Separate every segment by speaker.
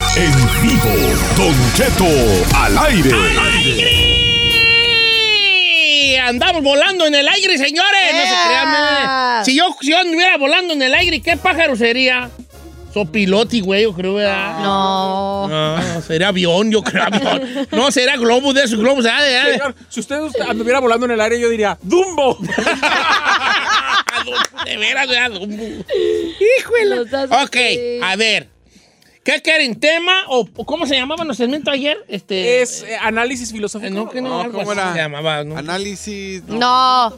Speaker 1: En vivo, Don Cheto al aire.
Speaker 2: Andamos volando en el aire, señores. No se crean, eh. Si yo, si yo anduviera volando en el aire, ¿qué pájaro sería? Sopiloti, güey, yo creo, ¿verdad?
Speaker 3: No.
Speaker 2: Ah, sería avión, yo creo, avión. No, será globo de esos globos. ah, de- ah, de-
Speaker 4: Señor, si usted anduviera volando en el aire, yo diría, ¡Dumbo!
Speaker 2: Ah, De veras, de veras, Dumbo.
Speaker 3: No seas
Speaker 2: Ok,
Speaker 3: así.
Speaker 2: a ver. ¿Qué quieren? ¿Tema? ¿O o cómo se llamaba nuestro segmento ayer? Este.
Speaker 4: Es eh, análisis filosófico.
Speaker 2: eh, no, que no,
Speaker 5: No,
Speaker 2: algo
Speaker 5: ¿cómo
Speaker 2: así
Speaker 5: era?
Speaker 2: se llamaba, ¿no?
Speaker 5: Análisis. no.
Speaker 3: No.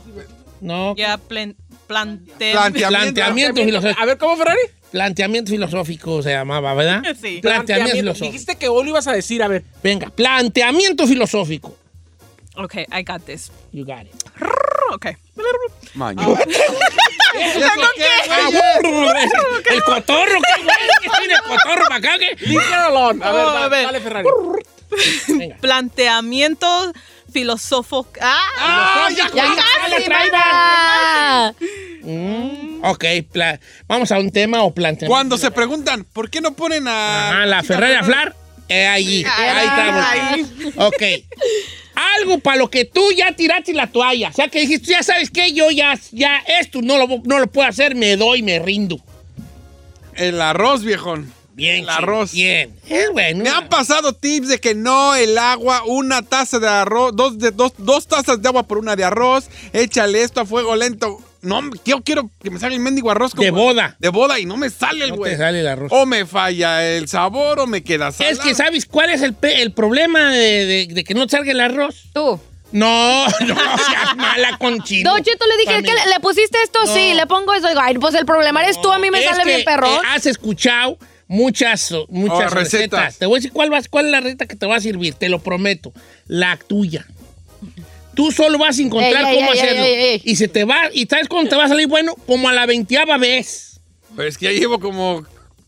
Speaker 2: No,
Speaker 6: Ya plan, planté.
Speaker 5: Planteamiento.
Speaker 2: planteamiento, filosófico,
Speaker 4: A ver, ¿cómo, Ferrari?
Speaker 2: planteamiento filosófico se llamaba, ¿verdad?
Speaker 6: Sí.
Speaker 2: Planteamiento filosófico.
Speaker 4: Dijiste que vos lo ibas a decir, a ver.
Speaker 2: Venga, planteamiento filosófico.
Speaker 6: Ok, I got this.
Speaker 2: You got it.
Speaker 6: Ok.
Speaker 2: Ah,
Speaker 5: Maño. Ah,
Speaker 2: El cotorro, qué güey. ¿Qué tiene el cotorro para acá? ¿Qué?
Speaker 4: Leave her alone. A ver,
Speaker 6: Oh,
Speaker 4: va-
Speaker 6: a ver.
Speaker 4: dale, Ferrari.
Speaker 2: Venga.
Speaker 6: Planteamiento filosófico. Ah,
Speaker 2: ¡Ah, ya,
Speaker 3: Ya
Speaker 2: ya lo
Speaker 3: casi,
Speaker 2: traigan!
Speaker 3: va.
Speaker 2: Mm, Ok, pla- vamos a un tema o planteamiento.
Speaker 5: Cuando se preguntan, ¿por qué no ponen a.
Speaker 2: Ah, la Ferrari Flar. Eh, ahí, ahí estamos. Ok. Algo para lo que tú ya tiraste la toalla. O sea, que dijiste, ya sabes que yo ya, ya esto no lo, no lo puedo hacer, me doy, me rindo.
Speaker 5: El arroz, viejón.
Speaker 2: Bien,
Speaker 5: El
Speaker 2: chico,
Speaker 5: arroz.
Speaker 2: Bien. Es bueno.
Speaker 5: Me han pasado tips de que no el agua, una taza de arroz, dos, de, dos, dos tazas de agua por una de arroz, échale esto a fuego lento. No, hombre, yo quiero que me salga el mendigo arroz como
Speaker 2: De boda.
Speaker 5: De boda y no me sale el
Speaker 2: No
Speaker 5: güey.
Speaker 2: te sale el arroz.
Speaker 5: O me falla el sabor o me queda salado.
Speaker 2: Es que, ¿sabes cuál es el, pe- el problema de, de- de que no te salga el arroz?
Speaker 3: Tú.
Speaker 2: No, no seas mala con chino.
Speaker 3: Don Cheto, le dije
Speaker 2: Para
Speaker 3: que
Speaker 2: mí.
Speaker 3: le, le pusiste esto, sí, le pongo eso. Digo, ay, pues el problema eres tú, a mí me
Speaker 2: Es
Speaker 3: sale
Speaker 2: que,
Speaker 3: bien perro.
Speaker 2: eh, has escuchado muchas, oh, muchas
Speaker 5: Oh,
Speaker 2: recetas.
Speaker 5: recetas.
Speaker 2: Te voy a decir cuál, vas, cuál es la receta que te va a servir, te lo prometo. La tuya. Tú solo vas a encontrar
Speaker 3: Ey, ey,
Speaker 2: cómo
Speaker 3: ey,
Speaker 2: hacerlo.
Speaker 3: ey, ey, ey.
Speaker 2: Y se te va, y sabes cuándo te va a salir bueno, como a la veintiava vez.
Speaker 5: Pero es que ya llevo como.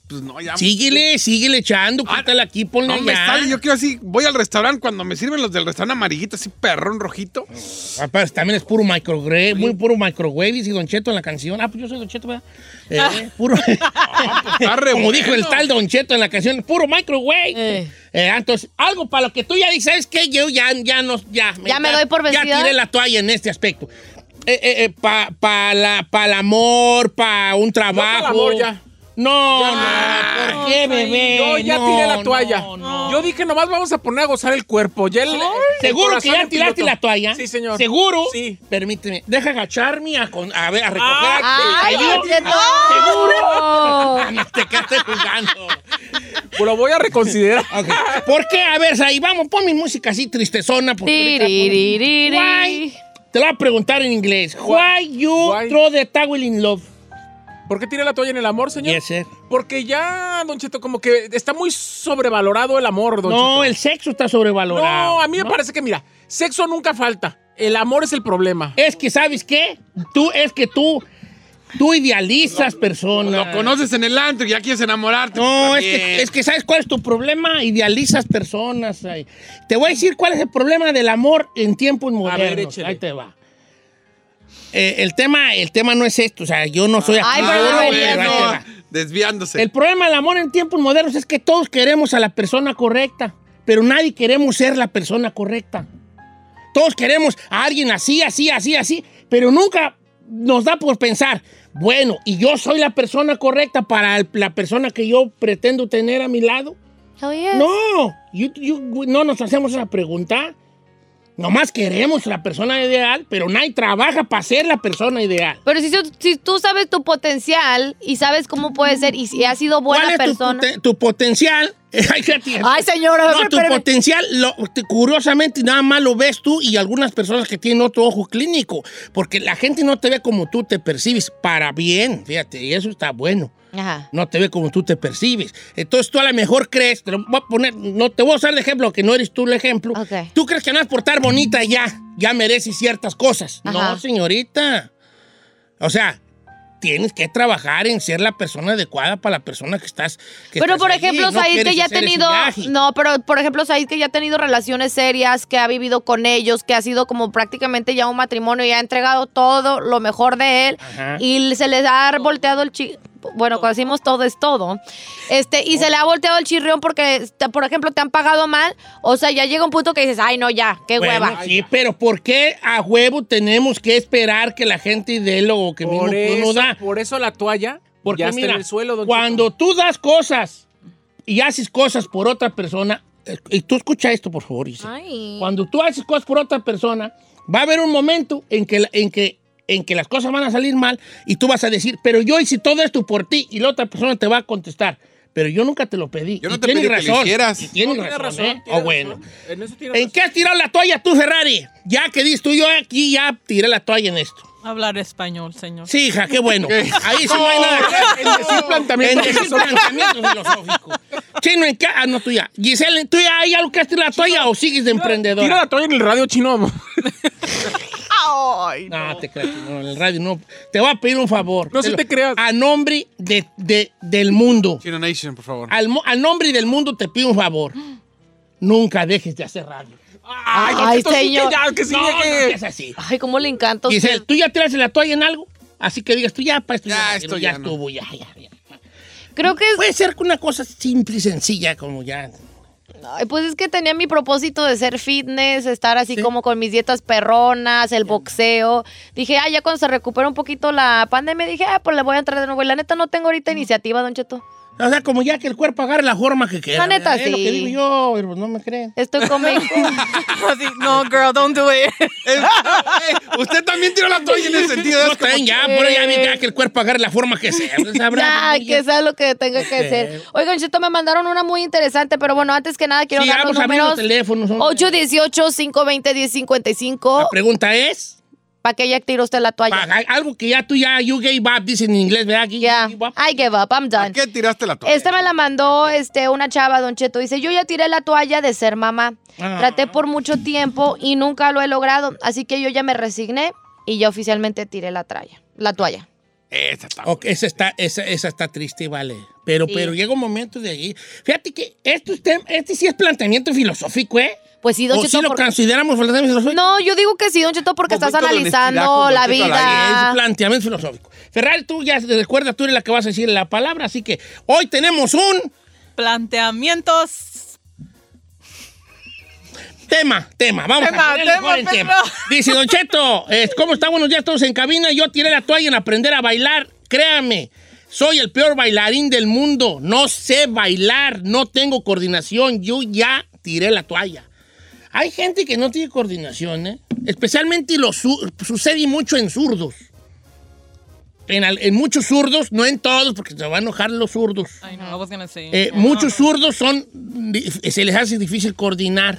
Speaker 5: Pues no, ya.
Speaker 2: Síguele, síguele echando, quítale aquí, ponle
Speaker 5: Ah, No me
Speaker 2: allá.
Speaker 5: sale. Yo quiero así. Voy al restaurante cuando me sirven los del restaurante amarillito, así perrón rojito.
Speaker 2: Ah, pero también es puro microwave, muy puro microwave, y Don Cheto en la canción. Ah, pues yo soy Don Cheto, ¿verdad? Eh, Puro.
Speaker 5: Está re
Speaker 2: Como dijo el
Speaker 5: bueno.
Speaker 2: tal Don Cheto en la canción, puro microwave.
Speaker 3: Eh.
Speaker 2: Eh, entonces, algo para lo que tú ya dices, ¿sabes qué? Yo ya, ya no, ya.
Speaker 3: Ya me doy por
Speaker 2: Ya
Speaker 3: vencida.
Speaker 2: tiré la toalla en este aspecto. para la, pa el amor, para un trabajo.
Speaker 4: amor, ya.
Speaker 2: No,
Speaker 4: Ya.
Speaker 2: no, ¿por qué, bebé?
Speaker 4: Yo ya
Speaker 2: No,
Speaker 4: tiré la
Speaker 2: no,
Speaker 4: toalla.
Speaker 2: no.
Speaker 4: Yo dije, nomás vamos a poner a gozar el cuerpo. Ya el- el
Speaker 2: ¿Seguro que
Speaker 4: corazón
Speaker 2: ya
Speaker 4: en
Speaker 2: tiraste
Speaker 4: piloto.
Speaker 2: la toalla?
Speaker 4: Sí, señor.
Speaker 2: ¿Seguro?
Speaker 4: Sí.
Speaker 2: Permíteme. Deja agacharme a, con- a ver, a recoger.
Speaker 4: Ah,
Speaker 2: Ay,
Speaker 3: Ay,
Speaker 2: Dios.
Speaker 3: Don Cheto.
Speaker 2: ¿Seguro? No te quedaste jugando.
Speaker 4: Pues Lo voy a reconsiderar.
Speaker 2: Ok. ¿Por qué? A ver, ahí vamos, pon mi música así tristezona. Porque ahorita-
Speaker 3: Tiriririri.
Speaker 2: Why? Te lo voy a preguntar en inglés. Why you
Speaker 4: Why?
Speaker 2: throw the towel in love?
Speaker 4: ¿Por qué tiré la toalla en el amor, señor?
Speaker 2: Yes, sir.
Speaker 4: Porque ya, Don Cheto, como que está muy sobrevalorado el amor, Don Cheto.
Speaker 2: No, el sexo está sobrevalorado.
Speaker 4: No, a mí me parece que, mira, sexo nunca falta. El amor es el problema.
Speaker 2: Es que, ¿sabes qué? Tú, es que tú, tú idealizas personas.
Speaker 5: Lo conoces en el antro y ya quieres enamorarte.
Speaker 2: No, es
Speaker 5: También.
Speaker 2: que, es que ¿sabes cuál es tu problema? Idealizas personas. ay. Te voy a decir cuál es el problema del amor en tiempos modernos.
Speaker 4: échele.
Speaker 2: Ahí te va. Eh, el, tema, el tema no es esto. O sea, yo no soy
Speaker 3: Ah, Ay,
Speaker 2: aquí,
Speaker 3: pero
Speaker 2: pero
Speaker 3: no
Speaker 2: ahí
Speaker 3: deberías
Speaker 2: te
Speaker 3: de-
Speaker 2: va.
Speaker 5: Desviándose.
Speaker 2: El problema del amor en tiempos modernos es que todos queremos a la persona correcta, pero nadie queremos ser la persona correcta. Todos queremos a alguien así, así, así, así, pero nunca nos da por pensar, bueno, ¿y yo soy la persona correcta para el- la persona que yo pretendo tener a mi lado?
Speaker 3: Oh, yes.
Speaker 2: No, you- you- no nos hacemos esa pregunta. Nomás queremos la persona ideal, pero nadie trabaja para ser la persona ideal.
Speaker 3: Pero si, si tú sabes tu potencial y sabes cómo puedes ser y si has sido
Speaker 2: ¿Cuál
Speaker 3: buena
Speaker 2: es tu
Speaker 3: persona.
Speaker 2: poten- tu, potencial? Ay, ya tienes.
Speaker 3: Ay, señora,
Speaker 2: No, tu
Speaker 3: espérame.
Speaker 2: potencial, lo- te- curiosamente, nada más lo ves tú y algunas personas que tienen otro ojo clínico, porque la gente no te ve como tú te percibes, para bien, fíjate, y eso está bueno.
Speaker 3: Ajá.
Speaker 2: No te ve como tú te percibes. Entonces tú a lo mejor crees, te lo voy a poner, no te voy a usar de ejemplo, que no eres tú el ejemplo.
Speaker 3: Ok.
Speaker 2: Tú crees que nada más por estar bonita ya, ya mereces ciertas cosas. No,
Speaker 3: Ajá.
Speaker 2: señorita. O sea, tienes que trabajar en ser la persona adecuada para la persona que estás. que
Speaker 3: Pero
Speaker 2: estás
Speaker 3: por
Speaker 2: ahí.
Speaker 3: ejemplo,
Speaker 2: No
Speaker 3: Said que
Speaker 2: quieres
Speaker 3: ya ha
Speaker 2: hacer ese
Speaker 3: tenido.
Speaker 2: viaje.
Speaker 3: No, pero por ejemplo, Said que ya ha tenido relaciones serias, que ha vivido con ellos, que ha sido como prácticamente ya un matrimonio y ha entregado todo lo mejor de él
Speaker 2: Ajá.
Speaker 3: y se les ha volteado el chi. bueno, cuando decimos todo es todo, este, y se le ha volteado el chirrión porque, te- por ejemplo, te han pagado mal, o sea, ya llega un punto que dices, ay, no, ya, qué
Speaker 2: Bueno,
Speaker 3: hueva.
Speaker 2: sí, pero ¿por qué a huevo tenemos que esperar que la gente dé lo que mismo
Speaker 4: Por
Speaker 2: que uno
Speaker 4: eso,
Speaker 2: da?
Speaker 4: por eso la toalla
Speaker 2: Porque
Speaker 4: ya
Speaker 2: mira,
Speaker 4: está en el suelo, don
Speaker 2: cuando
Speaker 4: Cheto.
Speaker 2: tú das cosas y haces cosas por otra persona, eh, y tú escucha esto, por favor, Giselle.
Speaker 3: Ay.
Speaker 2: Cuando tú haces cosas por otra persona, va a haber un momento en que, la- en que, en que las cosas van a salir mal y tú vas a decir, pero yo hice todo esto por ti y la otra persona te va a contestar, pero yo nunca te lo pedí.
Speaker 5: Yo
Speaker 2: Y
Speaker 5: no te
Speaker 2: tienes
Speaker 5: pedí que lo
Speaker 2: razón,
Speaker 5: hicieras.
Speaker 2: y tienes
Speaker 4: No, tiene
Speaker 2: razón,
Speaker 4: razón,
Speaker 2: ¿eh?
Speaker 4: tiene
Speaker 2: O bueno.
Speaker 4: razón. En eso tiene
Speaker 2: ¿En
Speaker 4: razón.
Speaker 2: qué has tirado la toalla tú, Ferrari? Ya que dices tú, yo aquí ya tiré la toalla en esto.
Speaker 6: Hablar español, señor.
Speaker 2: Sí, hija, qué bueno. Ahí sí no hay nada. que-
Speaker 4: En decir planteamiento
Speaker 2: En decir planteamiento filosófico. Chino, ¿en qué? Ah, no, tú ya. Giselle, ¿tú ya hay algo que has tirado la toalla o sigues de emprendedora?
Speaker 4: Tira la toalla en el radio chino. amor.
Speaker 2: No, te creas. que No, en el radio no. Te voy a pedir un favor.
Speaker 4: No, sí
Speaker 2: lo-
Speaker 4: te creas.
Speaker 2: A nombre de, de- del mundo.
Speaker 5: Chino Nation, por favor.
Speaker 2: Al, mo- al nombre del mundo te pido un favor. Nunca dejes de hacer radio.
Speaker 4: Ay, don
Speaker 3: Ay,
Speaker 4: Cheto, sí,
Speaker 3: señor.
Speaker 4: que ya, Ah, que sí,
Speaker 2: No, no
Speaker 4: que-
Speaker 2: seas así.
Speaker 3: Ay, cómo le encanta a usted.
Speaker 2: Giselle, ¿tú ya tiraste la toalla en algo? Así que digas, tú ya para esto
Speaker 5: Ya,
Speaker 2: ya,
Speaker 5: esto
Speaker 2: ya
Speaker 5: ya no.
Speaker 2: estuvo, ya, ya, ya.
Speaker 3: Creo que es,
Speaker 2: Puede ser una cosa simple y sencilla como ya.
Speaker 3: ay, pues es que tenía mi propósito de ser fitness, estar así como con mis dietas perronas, el boxeo. Dije, ah, ya cuando se recupera un poquito la pandemia, dije, ah, pues le voy a entrar de nuevo. Y la neta no tengo ahorita iniciativa, Don Cheto.
Speaker 2: O sea, como ya que el cuerpo agarre la forma que quiera.
Speaker 3: La neta,
Speaker 2: Es lo
Speaker 3: sí.
Speaker 2: que digo yo, pero pues, no me creen.
Speaker 3: Estoy con mi-
Speaker 6: Así, no, girl, don't do it.
Speaker 5: Eh, eh, usted también tiró la toalla en el sentido de
Speaker 2: No, está bien, ya, pero ya vi ya que el cuerpo agarre la forma que sea. Pues, habrá-
Speaker 3: Ya, que sea lo que tenga que ser. Oigan, Cheto, me mandaron una muy interesante, pero bueno, antes que nada quiero
Speaker 2: Sí,
Speaker 3: dar
Speaker 2: vamos
Speaker 3: los
Speaker 2: a abrir los
Speaker 3: números.
Speaker 2: teléfonos. hombre.
Speaker 3: 818-520-1055.
Speaker 2: La pregunta es,
Speaker 3: ¿Para qué Ah, ya tiró usted la toalla?
Speaker 2: pues. paga- algo que ya tú ya, you gave up, dice en inglés, ¿verdad? You
Speaker 3: Ya.
Speaker 2: gave up.
Speaker 3: I give up, I'm
Speaker 5: ¿A
Speaker 3: done.
Speaker 5: qué tiraste la toalla?
Speaker 3: Esta me la mandó este, una chava, Don Cheto. Dice, yo ya tiré la toalla de ser mamá.
Speaker 2: Ah.
Speaker 3: Traté por mucho tiempo y nunca lo he logrado. Así que yo ya me resigné y ya oficialmente tiré la toalla. La toalla.
Speaker 5: Esta está.
Speaker 2: Ok, esa está, esa, esa está triste, vale. Pero,
Speaker 3: Sí.
Speaker 2: pero llega un momento de ahí. Fíjate que esto es tem- este sí es planteamiento filosófico, ¿eh?
Speaker 3: Pues sí, Don
Speaker 2: O
Speaker 3: Cheto.
Speaker 2: si lo
Speaker 3: por-
Speaker 2: consideramos planteamiento filosófico.
Speaker 3: No, yo digo que sí, Don Cheto, porque estás
Speaker 5: Momento de honestidad
Speaker 3: analizando
Speaker 5: con
Speaker 3: la
Speaker 5: Don Cheto al
Speaker 2: Es
Speaker 3: vida.
Speaker 2: un planteamiento filosófico. Ferral, tú ya recuerda, tú eres la que vas a decir la palabra, así que hoy tenemos un
Speaker 6: Planteamientos.
Speaker 2: tema, tema. Vamos
Speaker 6: Tema,
Speaker 2: a ponerle
Speaker 6: tema,
Speaker 2: mejor el
Speaker 6: Pedro.
Speaker 2: tema. Dice Don Cheto, eh, ¿cómo está? Buenos días, todos en cabina. Yo tiré la toalla en aprender a bailar. Créame, soy el peor bailarín del mundo. No sé bailar, no tengo coordinación. Yo ya tiré la toalla. Hay gente que no tiene coordinación, ¿eh? especialmente lo su- sucede mucho en zurdos. En, al- en muchos zurdos, no en todos, porque se van a enojar los zurdos.
Speaker 6: I know, I was gonna say.
Speaker 2: Eh, Muchos zurdos son. dif- Se les hace difícil coordinar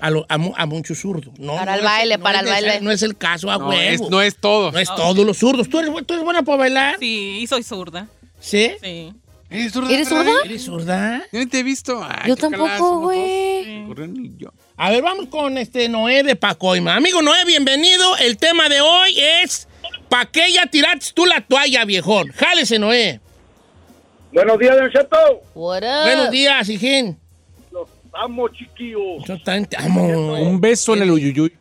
Speaker 2: a, lo- a mu- a muchos zurdos. No, no
Speaker 3: Para el
Speaker 2: es-
Speaker 3: baile,
Speaker 2: no
Speaker 3: para
Speaker 2: es neces-
Speaker 3: el baile.
Speaker 2: No es el caso, a
Speaker 5: No, es,
Speaker 2: Oh, huevo.
Speaker 5: no es todo.
Speaker 2: No es todos los zurdos. ¿Tú eres, bu- tú eres buena para bailar?
Speaker 6: Sí, y soy zurda.
Speaker 2: ¿Sí?
Speaker 6: Sí.
Speaker 5: ¿Eres zurda?
Speaker 3: ¿Eres
Speaker 5: Ferrari?
Speaker 3: zurda?
Speaker 2: ¿Eres zurda?
Speaker 5: Yo ni te he visto. Ay,
Speaker 3: Yo
Speaker 5: qué calazo,
Speaker 3: tampoco,
Speaker 5: ¿no?
Speaker 3: güey.
Speaker 5: Corrió ni yo.
Speaker 2: A ver, vamos con este Noé de Pacoima. Amigo Noé, bienvenido. El tema de hoy es. ¿Pa' qué ya tiraste tú la toalla, viejón? Jálese, Noé.
Speaker 7: Buenos días, Don Cheto.
Speaker 3: What up?
Speaker 2: Buenos días, hijín.
Speaker 7: Los amo, chiquillos.
Speaker 2: Yo tan- te amo.
Speaker 4: Un beso en el uyuyuy.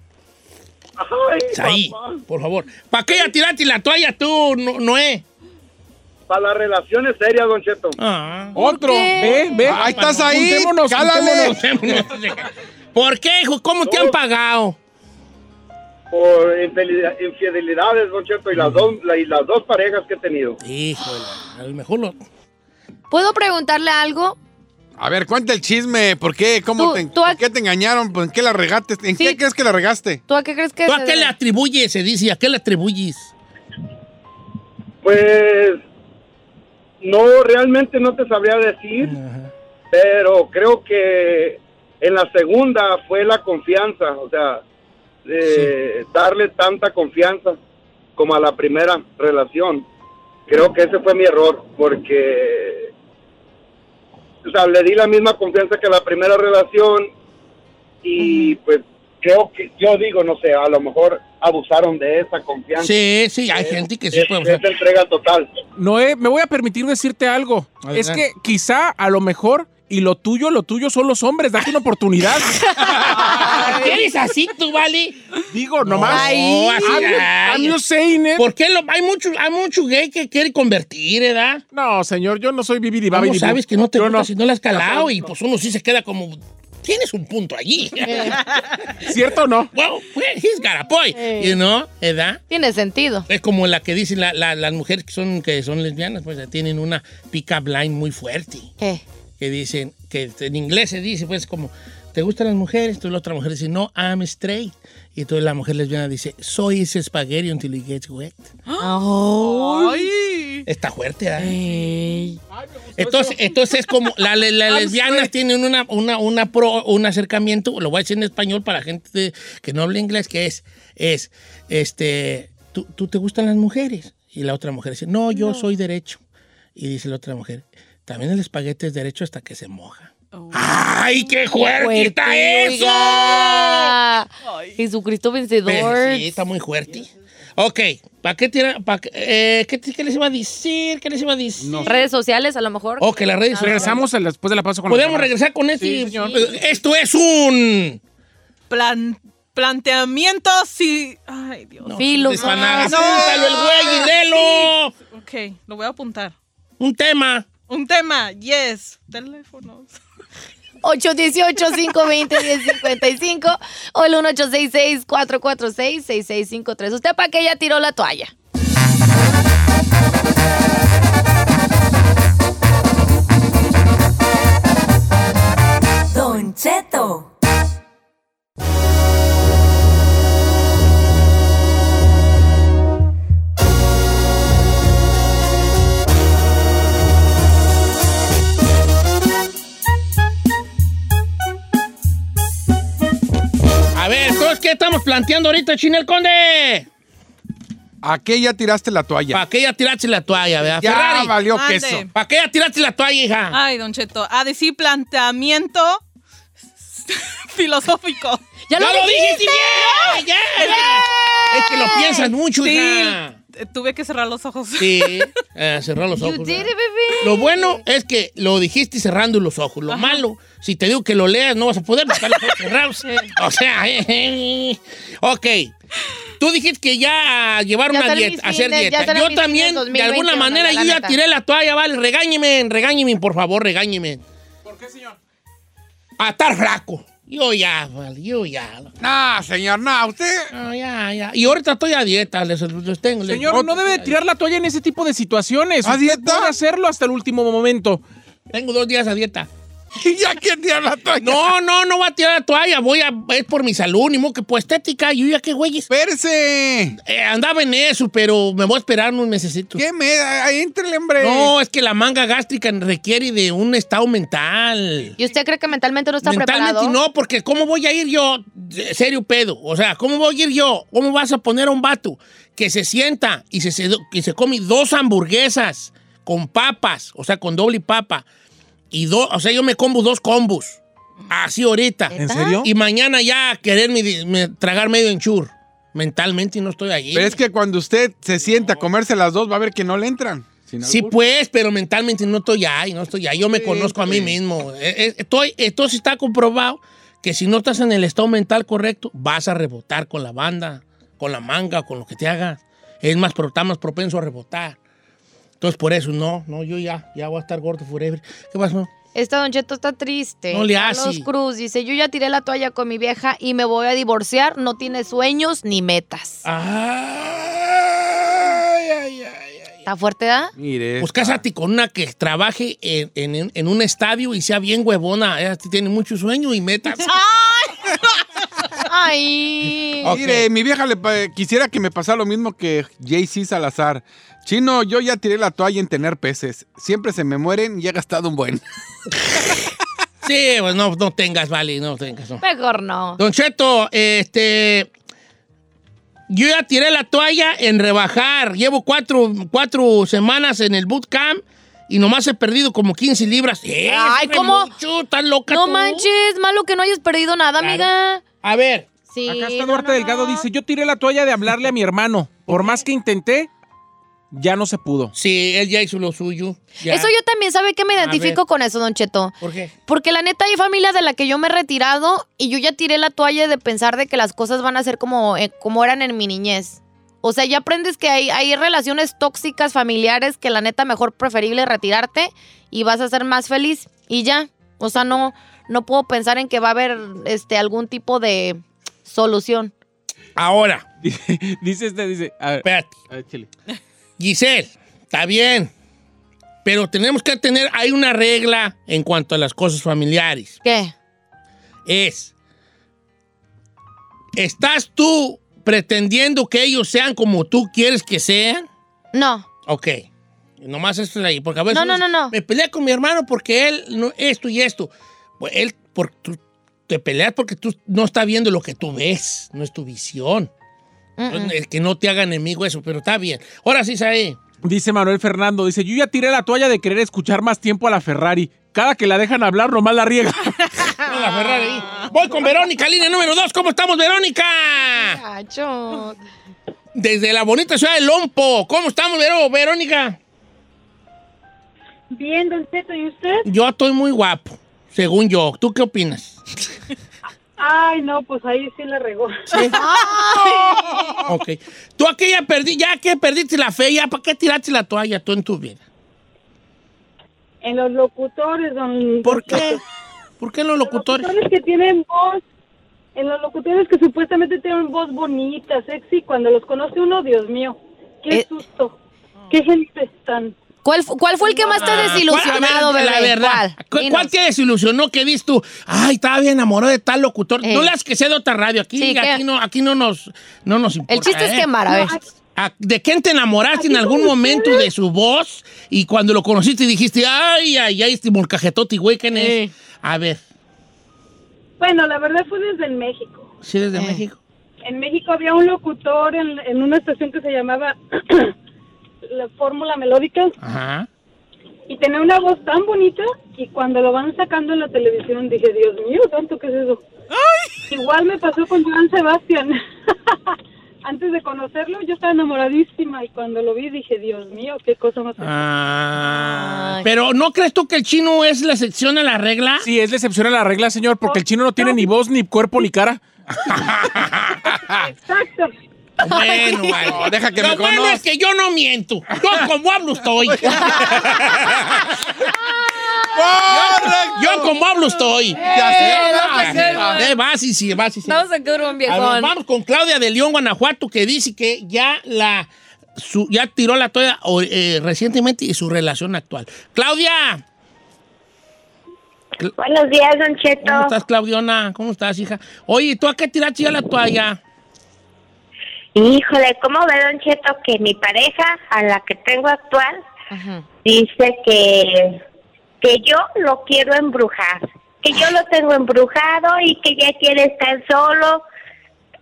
Speaker 2: Ahí,
Speaker 7: Ay,
Speaker 2: por favor. ¿Pa' qué ya tiraste la toalla tú, No- Noé?
Speaker 7: Para las relaciones serias, Don Cheto.
Speaker 2: Ah.
Speaker 4: Otro. Ve, ve.
Speaker 5: Ahí estás ahí.
Speaker 4: Juntémonos,
Speaker 5: Cálale.
Speaker 4: juntémonos.
Speaker 2: ¿Por qué, hijo? ¿Cómo te han pagado?
Speaker 7: Por infeli- infidelidades, Don Cheto, y las, dos, la- y las dos parejas que he tenido.
Speaker 2: Híjole, a lo mejor lo...
Speaker 3: ¿Puedo preguntarle algo?
Speaker 5: A ver, cuenta el chisme. ¿Por qué? ¿Cómo
Speaker 3: Tú-
Speaker 5: te,
Speaker 3: tú
Speaker 5: por
Speaker 3: has-
Speaker 5: qué te engañaron? ¿Por qué la regaste? ¿En
Speaker 3: Sí.
Speaker 5: qué crees que la regaste?
Speaker 3: ¿Tú a qué crees que
Speaker 2: ¿Tú a
Speaker 3: se
Speaker 2: qué
Speaker 3: debe?
Speaker 2: le atribuyes, se dice? ¿A qué le atribuyes?
Speaker 7: Pues no, realmente no te sabría decir, pero creo que en la segunda fue la confianza, o sea, de darle tanta confianza como a la primera relación. Creo que ese fue mi error, porque o sea, le di la misma confianza que a la primera relación y pues creo que yo digo, no sé, a lo mejor abusaron de esa confianza.
Speaker 2: Sí, sí, hay gente que sí
Speaker 7: Es-
Speaker 2: puede
Speaker 7: es entrega total.
Speaker 4: Noé, me voy a permitir decirte algo.
Speaker 2: Adelante.
Speaker 4: Es que quizá a lo mejor Y lo tuyo, lo tuyo son los hombres. Date una oportunidad.
Speaker 2: ¿Por Ah, qué eres así tú, Vale?
Speaker 4: Digo, nomás.
Speaker 2: No, así,
Speaker 4: I'm,
Speaker 2: ay.
Speaker 4: I'm just saying it.
Speaker 2: ¿Por qué lo, hay, mucho, hay mucho gay que quiere convertir, ¿verdad?
Speaker 4: No, señor, yo no soy Bibidi
Speaker 2: ¿Cómo
Speaker 4: Babidi.
Speaker 2: sabes que no te
Speaker 4: Yo
Speaker 2: gusta si no la has calado? y pues uno sí se queda como... Tienes un punto allí.
Speaker 4: ¿Cierto o no?
Speaker 2: wow, well, he's got a point. You know, ¿verdad?
Speaker 3: Tiene sentido.
Speaker 2: Es como la que dicen la- la- las mujeres que son, que son lesbianas, pues tienen una pick-up line muy fuerte.
Speaker 3: ¿Qué?
Speaker 2: que dicen, que en inglés se dice, pues, como, ¿te gustan las mujeres? Tú la otra mujer dice, no, I'm straight. Y entonces la mujer lesbiana dice, soy ese espagueti until it gets wet. Está fuerte, ¿ah? Entonces, entonces es como, la- la- las lesbianas tienen una, una, una pro- un acercamiento, lo voy a decir en español para gente de- que no habla inglés, que es, es, este, ¿tú, tú te gustan las mujeres? Y la otra mujer dice, no, yo soy derecho. Y dice la otra mujer, también el espagueti es derecho hasta que se moja. ¡Ay, Oh. qué fuerte, está eso!
Speaker 3: Oiga. Jesucristo vencedor.
Speaker 2: Pero sí, está muy fuerte. Ok, ¿para qué tiene, pa' qué, eh, qué, qué les iba a decir? ¿Qué les iba a decir?
Speaker 3: Redes sociales, a lo mejor.
Speaker 2: Ok, las redes sociales.
Speaker 4: Regresamos al- después de la pausa con la
Speaker 2: Podemos
Speaker 4: llamada.
Speaker 2: regresar con esto.
Speaker 4: Sí,
Speaker 2: y- pues,
Speaker 4: señor.
Speaker 2: Esto es un.
Speaker 6: Plan- planteamiento sí. Ay, Dios.
Speaker 3: Filo.
Speaker 2: Es para-
Speaker 6: no.
Speaker 2: Apúntalo el güey y léelo.
Speaker 6: Ok, lo voy a apuntar.
Speaker 2: Un tema.
Speaker 6: Un tema, yes. Teléfonos.
Speaker 3: 818-520-1055 o el 1866-446-6653. ¿Usted para qué ya tiró la toalla?
Speaker 8: Don Cheto.
Speaker 2: A ver, entonces, ¿qué estamos planteando ahorita, Chinel Conde?
Speaker 5: Pues- ¿A qué ya tiraste la toalla?
Speaker 2: ¿Para qué ya tiraste la toalla, verdad?
Speaker 5: Ya
Speaker 2: Ferrari.
Speaker 5: valió
Speaker 6: Mande.
Speaker 5: queso.
Speaker 2: ¿Para qué ya tiraste la toalla,
Speaker 3: Ah,
Speaker 2: hija?
Speaker 6: Ay, Don Cheto. A decir planteamiento filosófico.
Speaker 3: ¡Ya lo,
Speaker 2: ¡Ya lo
Speaker 3: dijiste!
Speaker 2: dijiste bien! ¡Ya! Es que lo piensan mucho,
Speaker 6: Sí,
Speaker 2: hija.
Speaker 6: eh, tuve que cerrar los ojos.
Speaker 2: Sí. Eh, cerrar los
Speaker 3: You
Speaker 2: ojos.
Speaker 3: did it,
Speaker 2: ¿verdad?
Speaker 3: baby.
Speaker 2: Lo bueno es que lo dijiste cerrando los ojos. Lo malo, si te digo que lo leas, no vas a poder buscar los ojos cerrados. O sea, eh, ok. Tú dijiste que ya llevar
Speaker 3: Ya
Speaker 2: una
Speaker 3: salí
Speaker 2: dieta,
Speaker 3: mis
Speaker 2: hacer
Speaker 3: fitness, ya
Speaker 2: dieta.
Speaker 3: salí
Speaker 2: Yo
Speaker 3: mis
Speaker 2: también,
Speaker 3: fitness
Speaker 2: de
Speaker 3: 2021,
Speaker 2: alguna manera,
Speaker 3: la
Speaker 2: yo ya
Speaker 3: neta.
Speaker 2: tiré la toalla, vale. Regáñeme, regáñeme, por favor, regáñeme. ¿Por qué, señor? A estar flaco. Yo ya, vale, yo ya.
Speaker 5: No, señor, no, usted.
Speaker 2: No, ya, ya. Y ahorita estoy a dieta, les, los tengo. les-
Speaker 4: Señor, no debe de tirar la toalla en ese tipo de situaciones.
Speaker 5: ¿A
Speaker 4: Usted
Speaker 5: dieta?
Speaker 4: puede hacerlo hasta el último momento.
Speaker 2: Tengo dos días a dieta.
Speaker 5: ¿Ya quién tira la toalla?
Speaker 2: No, no, no voy a tirar la toalla. Voy a. Es por mi salud, ni modo que por estética. Yo ya qué güeyes.
Speaker 5: Espérese.
Speaker 2: Eh, andaba en eso, pero me voy a esperar unos mesecitos.
Speaker 5: ¿Qué me da? Éntrele, hombre.
Speaker 2: No, es que la manga gástrica requiere de un estado mental.
Speaker 3: ¿Y usted cree que mentalmente no está
Speaker 2: Mentalmente
Speaker 3: preparado?
Speaker 2: no, porque ¿cómo voy a ir yo? De- Serio pedo. O sea, ¿cómo voy a ir yo? ¿Cómo vas a poner a un vato que se sienta y se, se- que se come dos hamburguesas con papas, o sea, con doble papa? Y dos, o sea, yo me combo dos combos. Así ahorita.
Speaker 4: ¿En serio?
Speaker 2: Y mañana ya querer mi- me- tragar medio enchur. Mentalmente no estoy allí.
Speaker 5: Pero es que cuando usted se sienta a comerse las dos, va a ver que no le entran. Sin
Speaker 2: Sí,
Speaker 5: albur.
Speaker 2: pues, pero mentalmente no estoy ahí, no estoy ahí. Yo me
Speaker 5: Sí,
Speaker 2: conozco a mí
Speaker 5: sí.
Speaker 2: mismo. Eh, eh, Estoy, esto sí está comprobado que si no estás en el estado mental correcto, vas a rebotar con la banda, con la manga, con lo que te hagas. Es más, pro- está más propenso a rebotar. Entonces, por eso, no, no, yo ya, ya voy a estar gordo forever. ¿Qué pasó?
Speaker 3: Esta Este Don Cheto está triste.
Speaker 2: No le
Speaker 3: Carlos
Speaker 2: hace.
Speaker 3: Cruz dice, yo ya tiré la toalla con mi vieja y me voy a divorciar. No tiene sueños ni metas.
Speaker 2: Ay, ay, ay, ay.
Speaker 3: ¿Está fuerte, da?
Speaker 5: Mire.
Speaker 2: Pues cásate con una que trabaje en, en- en un estadio y sea bien huevona. Ella sí tiene mucho sueño y metas.
Speaker 3: Ay.
Speaker 2: Ok.
Speaker 5: Ah, Mire, mi vieja le pa- quisiera que me pasara lo mismo que JC Salazar. Chino, yo ya tiré la toalla en tener peces. Siempre se me mueren y he gastado un buen.
Speaker 2: Sí, pues no, no tengas, vale, no tengas. no.
Speaker 3: Mejor no.
Speaker 2: Don Cheto, este. Yo ya tiré la toalla en rebajar. Llevo cuatro, cuatro semanas en el bootcamp y nomás he perdido como 15 libras. ¡Eh,
Speaker 3: Ay,
Speaker 2: hombre,
Speaker 3: ¿cómo?
Speaker 2: mucho! ¿Estás loca
Speaker 3: No
Speaker 2: tú?
Speaker 3: manches, malo que no hayas perdido nada,
Speaker 2: Claro.
Speaker 3: amiga.
Speaker 2: A ver,
Speaker 3: Sí.
Speaker 4: Acá está
Speaker 3: no,
Speaker 4: Duarte
Speaker 3: no,
Speaker 4: Delgado,
Speaker 3: no.
Speaker 4: dice, yo tiré la toalla de hablarle a mi hermano. Por más que intenté, ya no se pudo.
Speaker 2: Sí, él ya hizo lo suyo. ya.
Speaker 3: Eso yo también, ¿sabe que me identifico
Speaker 2: ver.
Speaker 3: con eso, Don Cheto?
Speaker 2: ¿Por qué?
Speaker 3: Porque la neta hay familias de la que yo me he retirado y yo ya tiré la toalla de pensar de que las cosas van a ser como, eh, como eran en mi niñez. O sea, ya aprendes que hay, hay relaciones tóxicas familiares que la neta mejor preferible retirarte y vas a ser más feliz y ya. O sea, no, no puedo pensar en que va a haber este, algún tipo de solución.
Speaker 2: Ahora,
Speaker 4: Dice este, dice. A ver,
Speaker 2: espérate.
Speaker 4: a ver, chile.
Speaker 2: Giselle, está bien. Pero tenemos que tener, hay una regla en cuanto a las cosas familiares.
Speaker 3: ¿Qué?
Speaker 2: Es, ¿estás tú pretendiendo que ellos sean como tú quieres que sean?
Speaker 3: No.
Speaker 2: Ok. Nomás esto es ahí. Porque a veces
Speaker 3: No, no, no, no.
Speaker 2: me peleé con mi hermano porque él, no, esto y esto. Pues él, por, tú- te peleas porque tú no estás viendo lo que tú ves, no es tu visión.
Speaker 3: Mm, mm.
Speaker 2: El que no te haga enemigo eso, pero está bien. Ahora sí, Saí.
Speaker 4: Dice Manuel Fernando, dice, yo ya tiré la toalla de querer escuchar más tiempo a la Ferrari. Cada que la dejan hablar, nomás la riega.
Speaker 2: No, la Ferrari ahí.
Speaker 3: Ah.
Speaker 2: Voy con Verónica, línea número 2. ¿Cómo estamos, Verónica?
Speaker 3: Gacho.
Speaker 2: Desde la bonita ciudad de Lompo. ¿Cómo estamos, Vero? Verónica?
Speaker 8: Bien, Don Cheto, ¿y usted?
Speaker 2: Yo estoy muy guapo, según yo. ¿Tú qué opinas?
Speaker 8: Ay, no, pues ahí sí la regó.
Speaker 2: Ok. Tú aquella perdí, ya que perdiste la fe, ya para qué tiraste la toalla tú en tu vida.
Speaker 8: En los locutores, Don
Speaker 2: ¿Por qué? ¿Por qué los
Speaker 8: locutores
Speaker 2: locutores?
Speaker 8: que tienen voz, en los locutores que supuestamente tienen voz bonita, sexy, cuando los conoce uno, Dios mío, qué
Speaker 3: Eh.
Speaker 8: susto, qué gente tan...
Speaker 3: ¿Cuál, fu- ¿Cuál fue el que más te desilusionado,
Speaker 2: Ah, ¿cuál? A ver,
Speaker 3: bebé?
Speaker 2: La verdad.
Speaker 3: ¿Cuál?
Speaker 2: ¿Cuál,
Speaker 3: Dinos.
Speaker 2: te desilusionó que dices tú? Ay, estaba bien enamorado de tal locutor.
Speaker 3: Eh.
Speaker 2: No las que sé de otra radio. Aquí,
Speaker 3: Sí,
Speaker 2: aquí,
Speaker 3: que-
Speaker 2: no, aquí no nos, no nos importa.
Speaker 3: El chiste es
Speaker 2: ¿eh?
Speaker 3: quemar, a ver.
Speaker 2: ¿A- ¿De quién te enamoraste en algún momento de su voz? Y cuando lo conociste dijiste, ay, ay, ay, este molcajetote, güey, ¿quién es?
Speaker 3: Eh.
Speaker 2: A ver,
Speaker 8: Bueno, la verdad fue desde en México.
Speaker 2: ¿sí eres de
Speaker 3: Eh.
Speaker 2: México?
Speaker 8: En México había un locutor en, en una estación que se llamaba la Fórmula Melódica
Speaker 2: Ajá.
Speaker 8: y tenía una voz tan bonita y cuando lo van sacando en la televisión dije, Dios mío, tanto que es eso. Igual me pasó con Joan Sebastián. Antes de conocerlo yo estaba enamoradísima y cuando lo vi dije, Dios mío, qué cosa más...
Speaker 2: Ah,
Speaker 3: Ay.
Speaker 2: Pero ¿no crees tú que el chino es la excepción a la regla?
Speaker 4: Sí, es decepción a la regla, señor, porque el chino no tiene ni voz, ni cuerpo, ni cara.
Speaker 8: Exacto.
Speaker 2: Bueno, vale.
Speaker 5: No, deja que
Speaker 2: Lo
Speaker 5: me
Speaker 2: bueno
Speaker 5: conozca.
Speaker 2: es que yo no miento. Yo como hablo estoy.
Speaker 5: ¡Correcto!
Speaker 2: Yo como hablo estoy.
Speaker 5: Ya sé.
Speaker 2: Eh, vas y sí, vas y sí.
Speaker 3: Vamos a quedar un
Speaker 2: A ver,
Speaker 3: viejón.
Speaker 2: vamos con Claudia de León, Guanajuato, que dice que ya la su- ya tiró la toalla o, eh, recientemente y su relación actual. Claudia,
Speaker 8: Buenos días, Don
Speaker 2: ¿cómo estás, Claudiona? ¿Cómo estás, hija? Oye, ¿tú a qué tiraste ya la toalla?
Speaker 8: Híjole, ¿cómo ve, Don Cheto, que mi pareja, a la que tengo actual,
Speaker 3: Ajá.
Speaker 8: dice que, que yo lo quiero embrujar, que yo lo tengo embrujado y que ya quiere estar solo.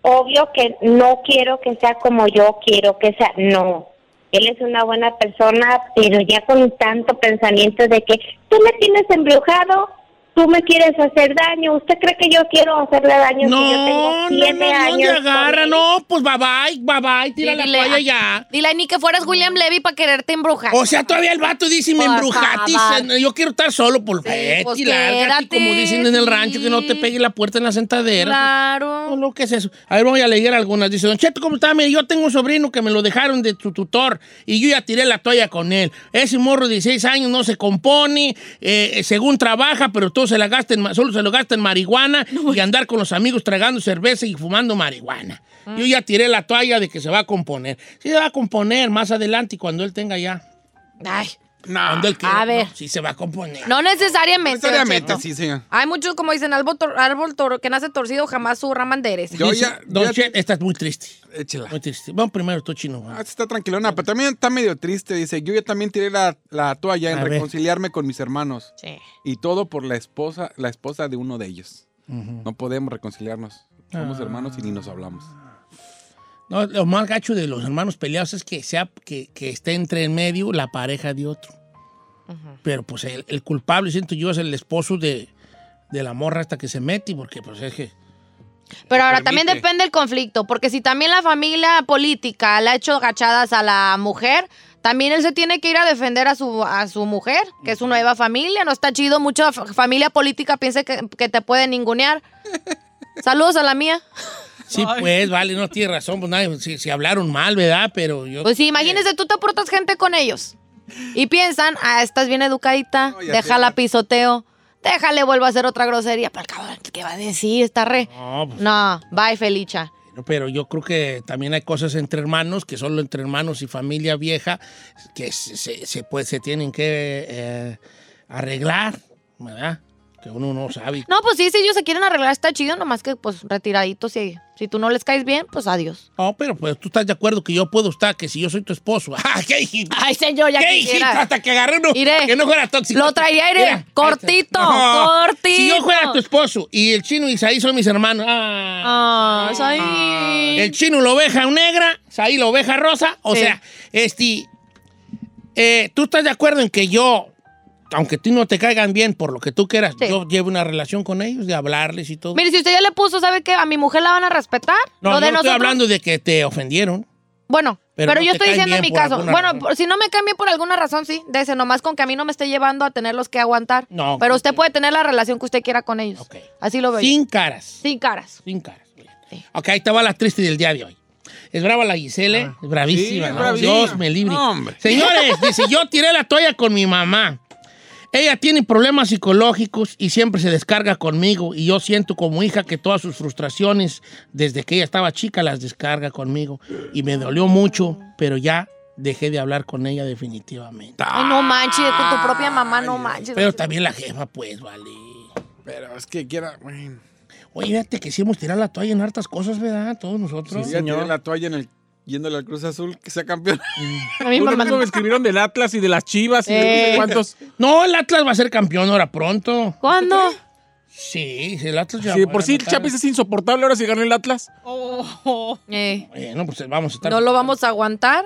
Speaker 8: Obvio que no quiero que sea como yo quiero que sea, no. Él es una buena persona, pero ya con tanto pensamiento de que tú me tienes embrujado, tú me quieres hacer daño, ¿usted cree que yo quiero hacerle daño? si yo
Speaker 2: No, no,
Speaker 8: tengo
Speaker 2: no,
Speaker 8: siete
Speaker 2: no, te
Speaker 8: años con
Speaker 2: agarra,
Speaker 8: él?
Speaker 2: no, pues bye bye, bye bye, tira
Speaker 3: Sí,
Speaker 2: la
Speaker 3: dile,
Speaker 2: toalla
Speaker 3: ah,
Speaker 2: ya.
Speaker 3: Dile ni que fueras William Levy para quererte
Speaker 8: ah,
Speaker 3: embrujar.
Speaker 2: O sea, todavía el vato dice, me
Speaker 8: pues,
Speaker 3: Por
Speaker 2: embrujatis,
Speaker 3: favor.
Speaker 2: yo quiero estar solo, por
Speaker 3: Sí,
Speaker 2: vete
Speaker 3: pues
Speaker 2: y lárgate,
Speaker 3: quédate,
Speaker 2: como dicen en el rancho, que no te
Speaker 3: sí.
Speaker 2: pegue la puerta en la sentadera. pues. No,
Speaker 3: claro.
Speaker 2: no, ¿qué es eso? A ver, voy a leer algunas. Dice, Don Cheto, ¿cómo está? Mire, yo tengo un sobrino que me lo dejaron de su tutor y yo ya tiré la toalla con él. Ese morro de 16 años no se compone, eh, según trabaja, pero todo se la gasta en ma- solo se lo gasta en marihuana
Speaker 3: pues.
Speaker 2: y andar con los amigos tragando cerveza y fumando marihuana.
Speaker 3: Ah.
Speaker 2: Yo ya tiré la toalla de que se va a componer. Sí se va a componer más adelante y cuando él tenga ya.
Speaker 3: Ay,
Speaker 5: No,
Speaker 2: Cuando él quiera.
Speaker 3: Ah, a ver.
Speaker 2: no, sí se va a componer.
Speaker 3: no necesariamente.
Speaker 5: necesariamente,
Speaker 3: Don Cheto.
Speaker 5: sí, señor.
Speaker 3: Hay muchos, como dicen, árbol, tor- árbol toro- que nace torcido jamás su rama enderece.
Speaker 5: Yo
Speaker 2: Dice,
Speaker 5: ya-
Speaker 2: Don
Speaker 5: ya-
Speaker 2: Cheto, esta es muy triste.
Speaker 5: Échela.
Speaker 2: Muy triste. Vamos primero tú, chino.
Speaker 5: Ah, esta está tranquilona, pero también está medio triste. Dice, yo ya también tiré la, la toalla en
Speaker 2: A ver.
Speaker 5: reconciliarme con mis hermanos.
Speaker 3: Sí.
Speaker 5: Y todo por la esposa, la esposa de uno de ellos. No podemos reconciliarnos.
Speaker 2: Ah.
Speaker 5: Somos hermanos y ni nos hablamos.
Speaker 2: No, lo más gacho de los hermanos peleados es que sea que, que esté entre en medio la pareja de otro. Pero pues el, el culpable, siento yo, es el esposo de, de la morra hasta que se mete, porque pues es que.
Speaker 3: Pero ahora
Speaker 5: Permite.
Speaker 3: también depende el conflicto, porque si también la familia política le ha hecho gachadas a la mujer, También él se tiene que ir a defender a su, a su mujer, que es su nueva familia. No está chido, mucha fa- familia política piensa que, que te puede ningunear. Saludos a la mía.
Speaker 2: Sí,
Speaker 6: Ay.
Speaker 2: pues, vale, no tiene razón. Pues nadie, si, si hablaron mal, ¿verdad? Pero yo.
Speaker 3: Pues sí, imagínense, tú te portas gente con ellos. Y piensan, ah, estás bien educadita,
Speaker 5: No, ya
Speaker 3: déjala
Speaker 5: te-
Speaker 3: pisoteo, déjale vuelvo a hacer otra grosería. Pero cabrón, ¿qué va a decir? Está re.
Speaker 2: No, pues,
Speaker 3: No, bye, Felicha.
Speaker 2: pero yo creo que también hay cosas entre hermanos, que solo entre hermanos y familia vieja, que se, se, se, pues, se tienen que eh, arreglar, ¿verdad? Que uno no sabe.
Speaker 3: No, pues sí, si ellos se quieren arreglar, está chido, nomás que pues retiraditos y si tú no les caes bien, pues adiós.
Speaker 2: No, pero pues tú estás de acuerdo que yo puedo estar, que si yo soy tu esposo. ¡Ah, qué hijita!
Speaker 3: Ay, señor, ya
Speaker 2: ¿Qué hijita?
Speaker 3: quisiera.
Speaker 2: Hasta que agarré uno
Speaker 3: Iré.
Speaker 2: que no fuera tóxico.
Speaker 3: Lo traería, iré.
Speaker 2: Mira,
Speaker 3: Cortito,
Speaker 2: ahí está.
Speaker 3: cortito.
Speaker 2: Si yo fuera tu esposo y el chino y Isaí son mis hermanos. Ah.
Speaker 3: Ah, soy-
Speaker 2: El chino la oveja negra, Saí la oveja rosa. O
Speaker 3: Sí.
Speaker 2: sea, este. eh, ¿Tú estás de acuerdo en que yo, aunque tú no te caigan bien por lo que tú quieras,
Speaker 3: Sí.
Speaker 2: yo llevo una relación con ellos, de hablarles y todo?
Speaker 3: Mire, si usted ya le puso, ¿sabe qué? A mi mujer la van a respetar.
Speaker 2: no,
Speaker 3: Lo
Speaker 2: yo
Speaker 3: de
Speaker 2: no estoy
Speaker 3: nosotros-
Speaker 2: hablando de que te ofendieron.
Speaker 3: Bueno,
Speaker 2: Pero
Speaker 3: pero,
Speaker 2: no
Speaker 3: yo
Speaker 2: te
Speaker 3: estoy
Speaker 2: caen
Speaker 3: diciendo
Speaker 2: bien
Speaker 3: mi
Speaker 2: por
Speaker 3: caso.
Speaker 2: alguna
Speaker 3: Bueno,
Speaker 2: razón.
Speaker 3: por- si no me cambie por alguna razón, sí, dése nomás con que a mí no me esté llevando a tenerlos que aguantar.
Speaker 2: No,
Speaker 3: Pero
Speaker 2: ok.
Speaker 3: usted puede tener la relación que usted quiera con ellos.
Speaker 2: Ok.
Speaker 3: Así lo veo. yo.
Speaker 2: Sin caras.
Speaker 3: Sin caras.
Speaker 2: Sin caras.
Speaker 3: Sí.
Speaker 2: Ok, ahí te va la triste del día de hoy. Es brava la Gisele, es bravísima.
Speaker 5: Ah. Sí,
Speaker 2: ¿no?
Speaker 5: bravísima.
Speaker 2: Dios me libre.
Speaker 5: No, hombre.
Speaker 2: Señores, dice, yo tiré la toalla con mi mamá. Ella tiene problemas psicológicos y siempre se descarga conmigo y yo siento como hija que todas sus frustraciones desde que ella estaba chica las descarga conmigo y me dolió mucho, pero ya dejé de hablar con ella definitivamente.
Speaker 3: Ay, no manches, con tu propia mamá, no manches.
Speaker 2: Pero también la jefa, pues, vale.
Speaker 5: Pero es que quiera, bueno.
Speaker 2: Oye, fíjate que sí hemos tirado la toalla en hartas cosas, ¿verdad? Todos nosotros.
Speaker 5: Si ya tiene la toalla en el, yéndole al Cruz Azul, que sea campeón.
Speaker 3: A mi
Speaker 4: Uno
Speaker 3: mamá
Speaker 4: mismo
Speaker 3: no.
Speaker 4: me escribieron del Atlas y de las Chivas y de no sé
Speaker 3: Eh.
Speaker 4: cuántos.
Speaker 2: No, el Atlas va a ser campeón ahora pronto.
Speaker 3: ¿Cuándo?
Speaker 2: Sí, el Atlas ya.
Speaker 4: Si de
Speaker 2: va
Speaker 4: por
Speaker 2: a
Speaker 4: sí el
Speaker 2: ganar.
Speaker 4: Chapis es insoportable, ahora si gana el Atlas.
Speaker 6: Oh, oh.
Speaker 3: Eh,
Speaker 2: Bueno, pues vamos a estar.
Speaker 3: ¿No lo vamos a aguantar?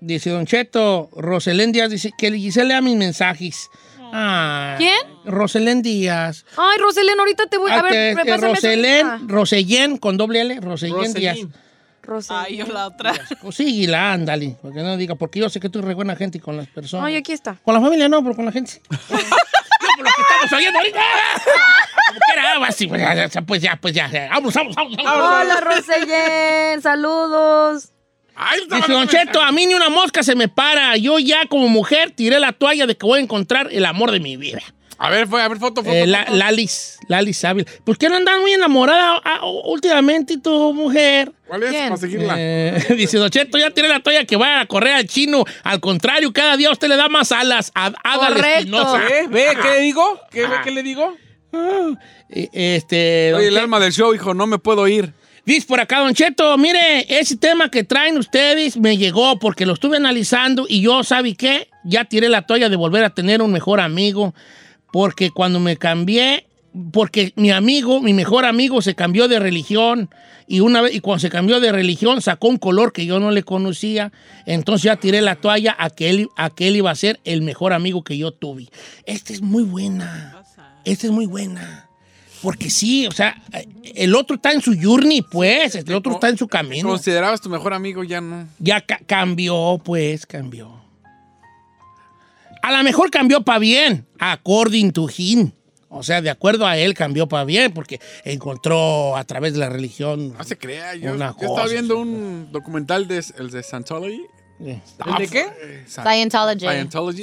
Speaker 2: Dice Don Cheto, Roselén Díaz dice que Giselle lea mis mensajes. Ah,
Speaker 3: ¿Quién?
Speaker 2: Roselén Díaz.
Speaker 3: Ay, Roselén, ahorita te voy a
Speaker 2: Ah, que-
Speaker 3: ver.
Speaker 2: que
Speaker 3: pásame esa
Speaker 2: Roselén,
Speaker 3: lista.
Speaker 2: Rosellén con doble L, Rosellén Díaz.
Speaker 4: Roselín.
Speaker 3: Roselén.
Speaker 6: Ay, yo la otra.
Speaker 2: Pues síguila, ándale, porque no diga, porque yo sé que tú eres re buena gente y con las personas.
Speaker 3: Ay, aquí está.
Speaker 2: Con la familia no, pero con la gente sí. no, por lo que estamos oyendo ahorita. Como quiera, ah, sí, pues ya, pues ya, pues ya. Vamos, vamos, vamos. vamos.
Speaker 3: Hola, Roselén. Saludos.
Speaker 5: Ay, estaba
Speaker 2: Dice Don
Speaker 5: viendo
Speaker 2: Cheto, a mí ni una mosca se me para. Yo ya como mujer tiré la toalla de que voy a encontrar el amor de mi vida.
Speaker 5: A ver, fue, a ver, foto, foto.
Speaker 2: Eh, la- Lalis, Lalis Ávila. ¿Por qué no andan muy enamorada ah, últimamente tu mujer?
Speaker 5: ¿Cuál es?
Speaker 3: ¿Quién?
Speaker 5: Para seguirla.
Speaker 2: Eh, dice Don Cheto, ya tiré la toalla que va a correr al chino. Al contrario, cada día usted le da más alas a Ada
Speaker 3: Correcto.
Speaker 2: Espinosa.
Speaker 4: ¿Ve? ¿Eh? ¿Ve? ¿Qué le digo? ¿Qué, ve? ¿Qué le digo?
Speaker 2: Eh, Este, don
Speaker 5: Oye, el
Speaker 2: Cheto,
Speaker 5: alma del show, hijo, no me puedo ir.
Speaker 2: Dice por acá, Don Cheto, mire, ese tema que traen ustedes me llegó porque lo estuve analizando y yo, ¿sabe qué? Ya tiré la toalla de volver a tener un mejor amigo porque cuando me cambié, porque mi amigo, mi mejor amigo se cambió de religión y una vez, y cuando se cambió de religión sacó un color que yo no le conocía, entonces ya tiré la toalla a que él, a que él iba a ser el mejor amigo que yo tuve. Esta es muy buena, esta es muy buena. Porque sí, o sea, eh, el otro está en su journey, pues, el otro está en su camino.
Speaker 5: Considerabas tu mejor amigo, ya no.
Speaker 2: Ya ca- cambió, pues, cambió. A lo mejor cambió para bien, according to him. O sea, de acuerdo a él cambió para bien, porque encontró a través de la religión.
Speaker 5: No se crea. Yo,
Speaker 2: Una
Speaker 5: yo
Speaker 2: cosa,
Speaker 5: estaba viendo
Speaker 2: sí.
Speaker 5: un documental de, el de Scientology.
Speaker 2: Eh.
Speaker 5: ¿El de qué?
Speaker 3: Scientology.
Speaker 5: Scientology.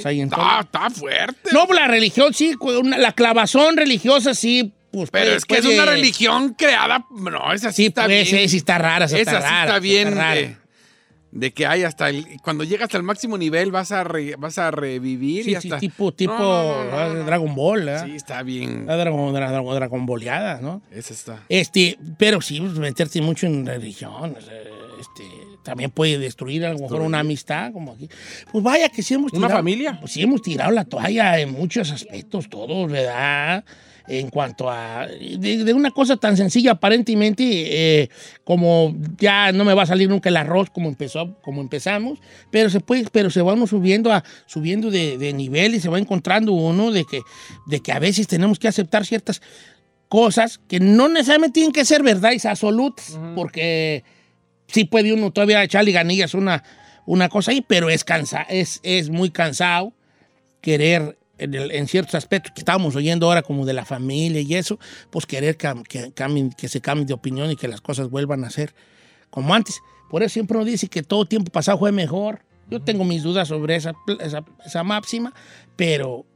Speaker 2: Scientology.
Speaker 5: Está, está fuerte.
Speaker 2: No, pues, la religión sí, una- la clavazón religiosa sí, pues.
Speaker 5: Pero
Speaker 2: puede-
Speaker 5: es que es
Speaker 2: puede-
Speaker 5: una religión creada. No, esa sí
Speaker 2: Sí,
Speaker 5: está
Speaker 2: pues,
Speaker 5: bien.
Speaker 2: eh, sí está rara, esa
Speaker 5: esa
Speaker 2: está
Speaker 5: sí
Speaker 2: rara,
Speaker 5: está
Speaker 2: esa
Speaker 5: bien eh,
Speaker 2: rara.
Speaker 5: de, de que hay hasta el. Cuando llegas al máximo nivel vas a, re- vas a revivir
Speaker 2: Sí,
Speaker 5: y
Speaker 2: sí,
Speaker 5: hasta.
Speaker 2: tipo, tipo ah,
Speaker 5: No, no, no, no, no.
Speaker 2: Dragon Ball, ¿verdad?
Speaker 5: Sí, está bien.
Speaker 2: La Dragon, dra- dra- dragon Boleada, ¿no?
Speaker 5: Esa está.
Speaker 2: Este, pero sí, pues, meterte mucho en religión, o sea, este, también puede destruir a lo mejor una amistad, como aquí. Pues vaya que sí hemos
Speaker 4: ¿Una
Speaker 2: tirado.
Speaker 4: familia?
Speaker 2: Pues sí hemos tirado la toalla en muchos aspectos, todos, ¿verdad? En cuanto a. De, de una cosa tan sencilla, aparentemente, eh, como ya no me va a salir nunca el arroz como empezó, como empezamos, pero se puede, pero se va uno subiendo a, subiendo de, de nivel y se va encontrando uno de que, de que a veces tenemos que aceptar ciertas cosas que no necesariamente tienen que ser verdades absolutas, porque sí puede uno todavía echarle ganillas una, una cosa ahí, pero es, cansa es, es muy cansado querer, en, el- en ciertos aspectos que estábamos oyendo ahora como de la familia y eso, pues querer cam- que, cambien- que se cambie de opinión y que las cosas vuelvan a ser como antes. Por eso siempre uno dice que todo tiempo pasado fue mejor. Yo tengo mis dudas sobre esa, pl- esa, esa máxima, pero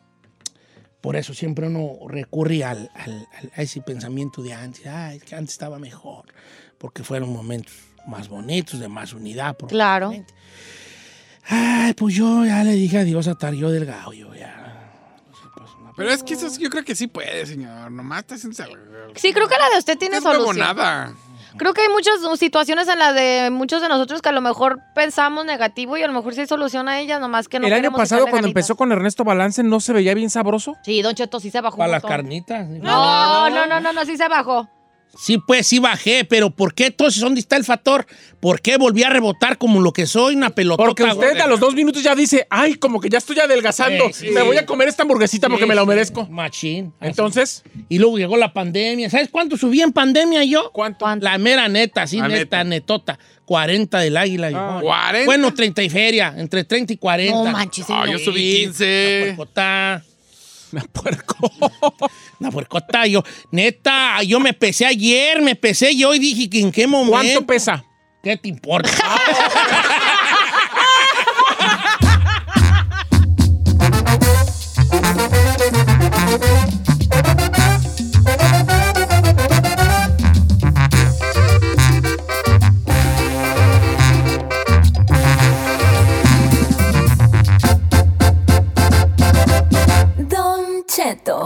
Speaker 2: por eso siempre uno recurre al, al- al- a ese pensamiento de antes. Ah, es que antes estaba mejor, porque fueron momentos más bonitos, de más unidad.
Speaker 3: Claro.
Speaker 2: probablemente. Ay, pues yo ya le dije adiós a Tario Delgado, yo ya. Pues, no,
Speaker 5: Pero es que eso sí, yo creo que sí puede, señor. Nomás está haciendo
Speaker 3: Sí, creo que la de usted tiene
Speaker 5: es
Speaker 3: solución.
Speaker 5: huevonada.
Speaker 3: Creo que hay muchas situaciones en las de muchos de nosotros que a lo mejor pensamos negativo y a lo mejor sí hay solución a ellas, nomás que no
Speaker 4: el año
Speaker 3: queremos
Speaker 4: pasado,
Speaker 3: echarle
Speaker 4: cuando
Speaker 3: ganitas.
Speaker 4: empezó con Ernesto Balance, ¿no se veía bien sabroso?
Speaker 3: Sí, Don Cheto sí se bajó. un
Speaker 2: Para las
Speaker 3: montón.
Speaker 2: carnitas.
Speaker 3: No, no, no, no, no, sí se bajó.
Speaker 2: Sí, pues sí bajé, pero ¿por qué entonces dónde está el factor? ¿Por qué volví a rebotar como lo que soy, una pelotota?
Speaker 4: Porque usted
Speaker 2: gorda?
Speaker 4: a los dos minutos ya dice, ay, como que ya estoy adelgazando,
Speaker 2: Sí, sí.
Speaker 4: me voy a comer esta hamburguesita porque me la merezco.
Speaker 2: Machín. Así.
Speaker 4: Entonces,
Speaker 2: Y luego llegó la pandemia. ¿Sabes cuánto subí en pandemia yo?
Speaker 4: ¿cuánto?
Speaker 2: La mera neta, sí,
Speaker 5: La
Speaker 2: neta,
Speaker 5: neta.
Speaker 2: netota. 40 del águila.
Speaker 4: Ah,
Speaker 2: viejón.
Speaker 5: 40.
Speaker 2: Bueno, 30 y feria, entre 30 y 40.
Speaker 3: No manches,
Speaker 5: Ah,
Speaker 3: señor.
Speaker 5: yo subí 15.
Speaker 2: Puercota,
Speaker 4: Una puerco.
Speaker 2: la puercota, yo, neta, yo me pesé ayer, me pesé yo y dije que en qué momento.
Speaker 4: ¿Cuánto pesa?
Speaker 2: ¿Qué te importa?
Speaker 9: Don Cheto.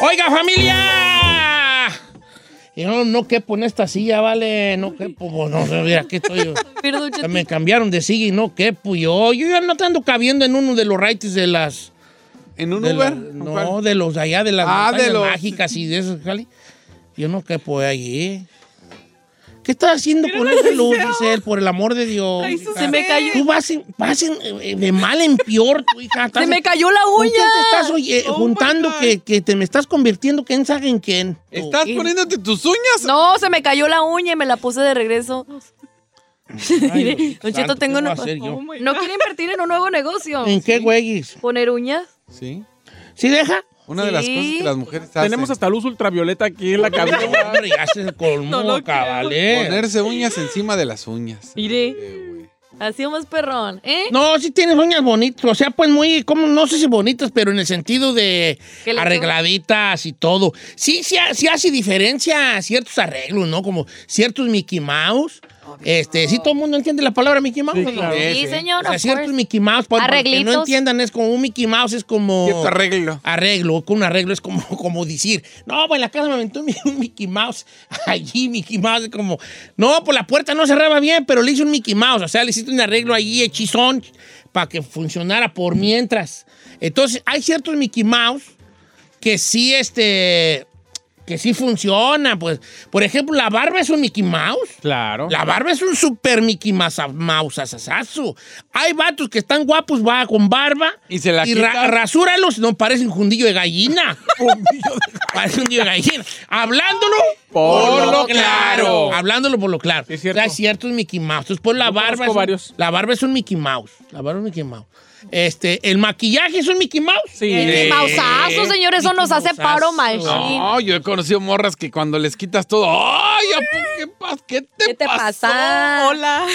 Speaker 2: ¡Oiga, familia! Yo no, no quepo en esta silla, vale. No quepo. pues, No, no, mira, aquí estoy yo.
Speaker 3: Pero, Don
Speaker 2: Ya
Speaker 3: Cheto,
Speaker 2: Me cambiaron de silla y no quepo yo. Yo ya no te ando cabiendo en uno de los raites de las.
Speaker 5: ¿En un
Speaker 2: de
Speaker 5: Uber?
Speaker 2: la-
Speaker 5: ¿O cuál?
Speaker 2: no, de los de allá, de las
Speaker 5: Ah,
Speaker 2: montañas
Speaker 5: de los-
Speaker 2: mágicas y de esos, Jali. Yo no quepo allí. ¿eh? ¿Qué estás haciendo con esa luz, Giselle? Por el amor de Dios.
Speaker 6: Ay, eso
Speaker 2: hija.
Speaker 3: se me cayó.
Speaker 2: Tú vas, en- vas en- eh, de mal en peor, tu hija. Estás
Speaker 3: Se
Speaker 2: en-
Speaker 3: me cayó la
Speaker 2: ¿Con quién te
Speaker 3: uña.
Speaker 2: estás oye,
Speaker 6: Oh,
Speaker 2: juntando
Speaker 6: my God.
Speaker 2: que, que te me estás convirtiendo? ¿Quién sabe en quién? Tú.
Speaker 5: ¿Estás poniéndote tus uñas?
Speaker 3: No, se me cayó la uña y me la puse de regreso.
Speaker 2: Ay, Dios
Speaker 3: Don
Speaker 2: santo,
Speaker 3: Cheto,
Speaker 2: ¿qué
Speaker 3: tengo
Speaker 2: voy a
Speaker 3: una.
Speaker 2: hacer yo?
Speaker 3: No quiere invertir en un nuevo negocio.
Speaker 2: ¿En qué güeyes?
Speaker 3: Poner uñas.
Speaker 5: Sí.
Speaker 2: ¿Sí deja?
Speaker 5: Una de las
Speaker 3: Sí.
Speaker 5: cosas que las mujeres hacen.
Speaker 4: Tenemos hasta luz ultravioleta aquí en la cabina.
Speaker 2: Hombre, ya se colmó,
Speaker 6: No lo creo.
Speaker 2: cabalé.
Speaker 5: Ponerse uñas encima de las uñas.
Speaker 3: Mire,
Speaker 5: Eh, güey.
Speaker 3: así o más perrón. ¿Eh?
Speaker 2: No, sí tienes uñas bonitas, o sea, pues muy, como, no sé si bonitas, pero en el sentido de
Speaker 3: ¿Qué le-
Speaker 2: arregladitas y todo. Sí, sí, ha- sí hace diferencia ciertos arreglos, ¿no? Como ciertos Mickey Mouse. Este, sí, todo el mundo entiende la palabra Mickey Mouse. ¿no?
Speaker 3: Sí,
Speaker 5: sí.
Speaker 3: señor.
Speaker 2: O sea,
Speaker 3: of
Speaker 2: ciertos
Speaker 3: course.
Speaker 2: Mickey Mouse, para que no
Speaker 3: Arreglitos.
Speaker 2: entiendan, es como un Mickey Mouse, es como...
Speaker 5: Cierto arreglo.
Speaker 2: arreglo, con un arreglo es como, como decir, no, pues en la casa me aventó mi- un Mickey Mouse, allí Mickey Mouse, es como, no, pues la puerta no cerraba bien, pero le hice un Mickey Mouse, o sea, le hiciste un arreglo allí hechizón para que funcionara por mientras. Entonces, hay ciertos Mickey Mouse que sí, este, que sí funciona, pues, por ejemplo, la barba es un Mickey Mouse.
Speaker 4: Claro.
Speaker 2: La barba es un super Mickey Mouse, mausasasazo. Hay vatos que están guapos, va con barba.
Speaker 5: Y se la
Speaker 2: Y
Speaker 5: quita.
Speaker 2: ra- rasúralos, no parece un jundillo de gallina. parece un jundillo de gallina. Hablándolo
Speaker 4: Por lo claro.
Speaker 2: Hablándolo por lo claro.
Speaker 4: Sí, es cierto.
Speaker 2: O sea, es cierto, es Mickey Mouse. Entonces, pues la
Speaker 4: Yo
Speaker 2: barba.
Speaker 4: conozco
Speaker 2: es un-
Speaker 4: varios.
Speaker 2: La barba es un Mickey Mouse. La barba es un Mickey Mouse. Este, el maquillaje es un Mickey Mouse.
Speaker 4: Sí.
Speaker 3: Mickey Mouseazo, señor, eso
Speaker 2: Mickey
Speaker 3: nos hace
Speaker 2: Mouseazo.
Speaker 3: paro mal.
Speaker 5: No, yo he conocido morras que cuando les quitas todo, ¡oh! ¡ay! ¿Qué, pas- qué te,
Speaker 3: ¿Qué te
Speaker 5: pasó?
Speaker 3: pasa?
Speaker 6: Oh, Hola.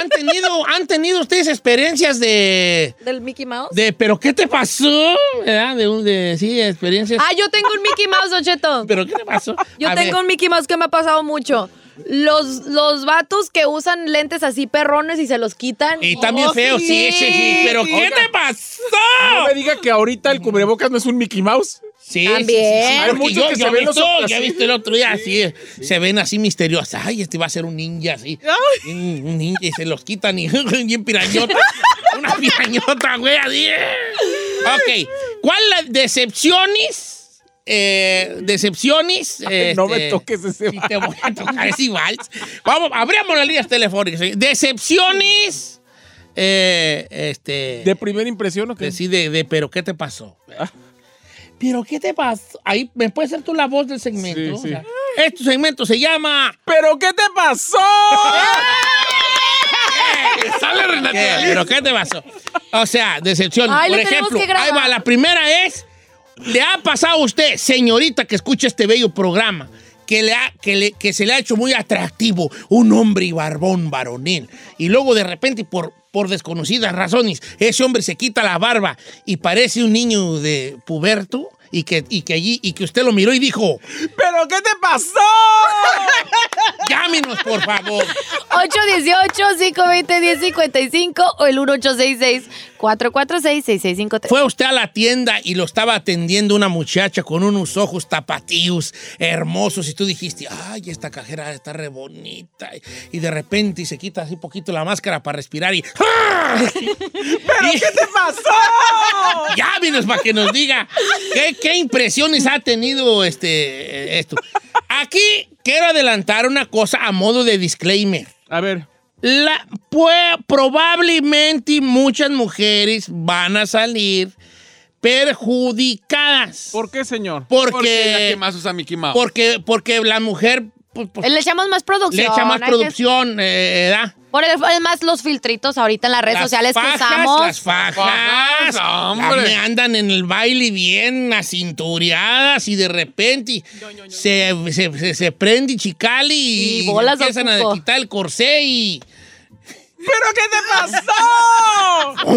Speaker 2: ¿Han tenido, han tenido ustedes experiencias de.
Speaker 3: ¿Del Mickey Mouse?
Speaker 2: De, pero ¿qué te pasó? ¿Verdad? De, un- de, sí, experiencias.
Speaker 3: Ah, yo tengo un Mickey Mouse, Don Cheto.
Speaker 2: ¿Pero qué te pasó?
Speaker 3: Yo
Speaker 2: A
Speaker 3: tengo
Speaker 2: ver,
Speaker 3: un Mickey Mouse que me ha pasado mucho. Los, los vatos que usan lentes así perrones y se los quitan.
Speaker 2: Y también
Speaker 3: Oh,
Speaker 2: feo, sí, sí, sí, ¿Pero
Speaker 6: sí.
Speaker 2: qué
Speaker 6: Oiga.
Speaker 2: te pasó?
Speaker 4: No me diga que ahorita el cubrebocas no es un Mickey Mouse.
Speaker 2: Sí,
Speaker 3: También.
Speaker 4: Hay
Speaker 2: porque
Speaker 4: muchos
Speaker 2: yo,
Speaker 4: que
Speaker 2: yo
Speaker 4: se
Speaker 2: he
Speaker 4: ven los
Speaker 2: visto,
Speaker 4: ojos
Speaker 2: yo he
Speaker 4: así.
Speaker 2: visto el otro día así, eh, se ven así misteriosas. Ay, este va a ser un ninja así.
Speaker 6: Ay.
Speaker 2: Un un ninja y se los quitan y bien pirañota. Una pirañota, güey, así. eh. Ok, ¿cuál las decepciones? Eh, decepciones.
Speaker 4: Ay, no me
Speaker 2: este,
Speaker 4: toques ese
Speaker 2: Sí, te voy a tocar ese vals. Vamos, abramos las líneas telefónicas. Decepciones eh, este,
Speaker 4: ¿De primera impresión o qué?
Speaker 2: de, Este, sí, de, de, pero ¿qué te pasó? ¿Pero qué te pasó? Ahí me puedes ser tú la voz del segmento.
Speaker 4: Sí,
Speaker 2: o
Speaker 4: sí.
Speaker 2: sea, este segmento se llama...
Speaker 4: ¿Pero qué te pasó?
Speaker 2: Sale Renate. ¿Pero qué te pasó? O sea, decepción.
Speaker 3: Ay,
Speaker 2: Por
Speaker 3: lo tenemos
Speaker 2: ejemplo,
Speaker 3: que grabar.
Speaker 2: ahí va. La primera es, ¿le ha pasado a usted, señorita que escucha este bello programa, que, le ha- que, le- que se le ha hecho muy atractivo un hombre y barbón varonil? Y luego de repente, por, por desconocidas razones, ese hombre se quita la barba y parece un niño de puberto y que, y que allí, y que usted lo miró y dijo,
Speaker 4: ¿Pero qué te pasó?
Speaker 2: llámenos, por favor.
Speaker 3: 818-520-1055 o el 1866-446-6653.
Speaker 2: Fue usted a la tienda y lo estaba atendiendo una muchacha con unos ojos tapatíos, hermosos, y tú dijiste, ay, esta cajera está re bonita. Y de repente se quita así poquito la máscara para respirar y... ¿Pero qué te pasó? ¡ah! Ya vienes para que nos diga qué, qué impresiones ha tenido este, eh, esto. Aquí quiero adelantar una cosa a modo de disclaimer.
Speaker 4: A ver.
Speaker 2: La, pue- probablemente muchas mujeres van a salir perjudicadas.
Speaker 4: ¿Por qué, señor?
Speaker 2: Porque,
Speaker 5: Porque la que
Speaker 2: porque,
Speaker 5: más usa Mickey
Speaker 4: Ah.
Speaker 5: Mouse.
Speaker 2: porque, la mujer pues, pues,
Speaker 3: Eh, Le echamos más producción.
Speaker 2: le echa más
Speaker 3: hay que-
Speaker 2: producción, eh, ¿verdad?
Speaker 3: Por el- además, los filtritos ahorita en las redes
Speaker 2: Las
Speaker 3: sociales
Speaker 2: fajas,
Speaker 3: que usamos.
Speaker 2: Las fajas.
Speaker 5: Fajas, hombre.
Speaker 2: la- andan en el baile bien acintureadas y de repente se, se- se- se prende y chicali y,
Speaker 3: Y bolas de
Speaker 2: empiezan a
Speaker 3: cuco.
Speaker 2: quitar el corsé y...
Speaker 4: ¿Pero qué te pasó?
Speaker 5: A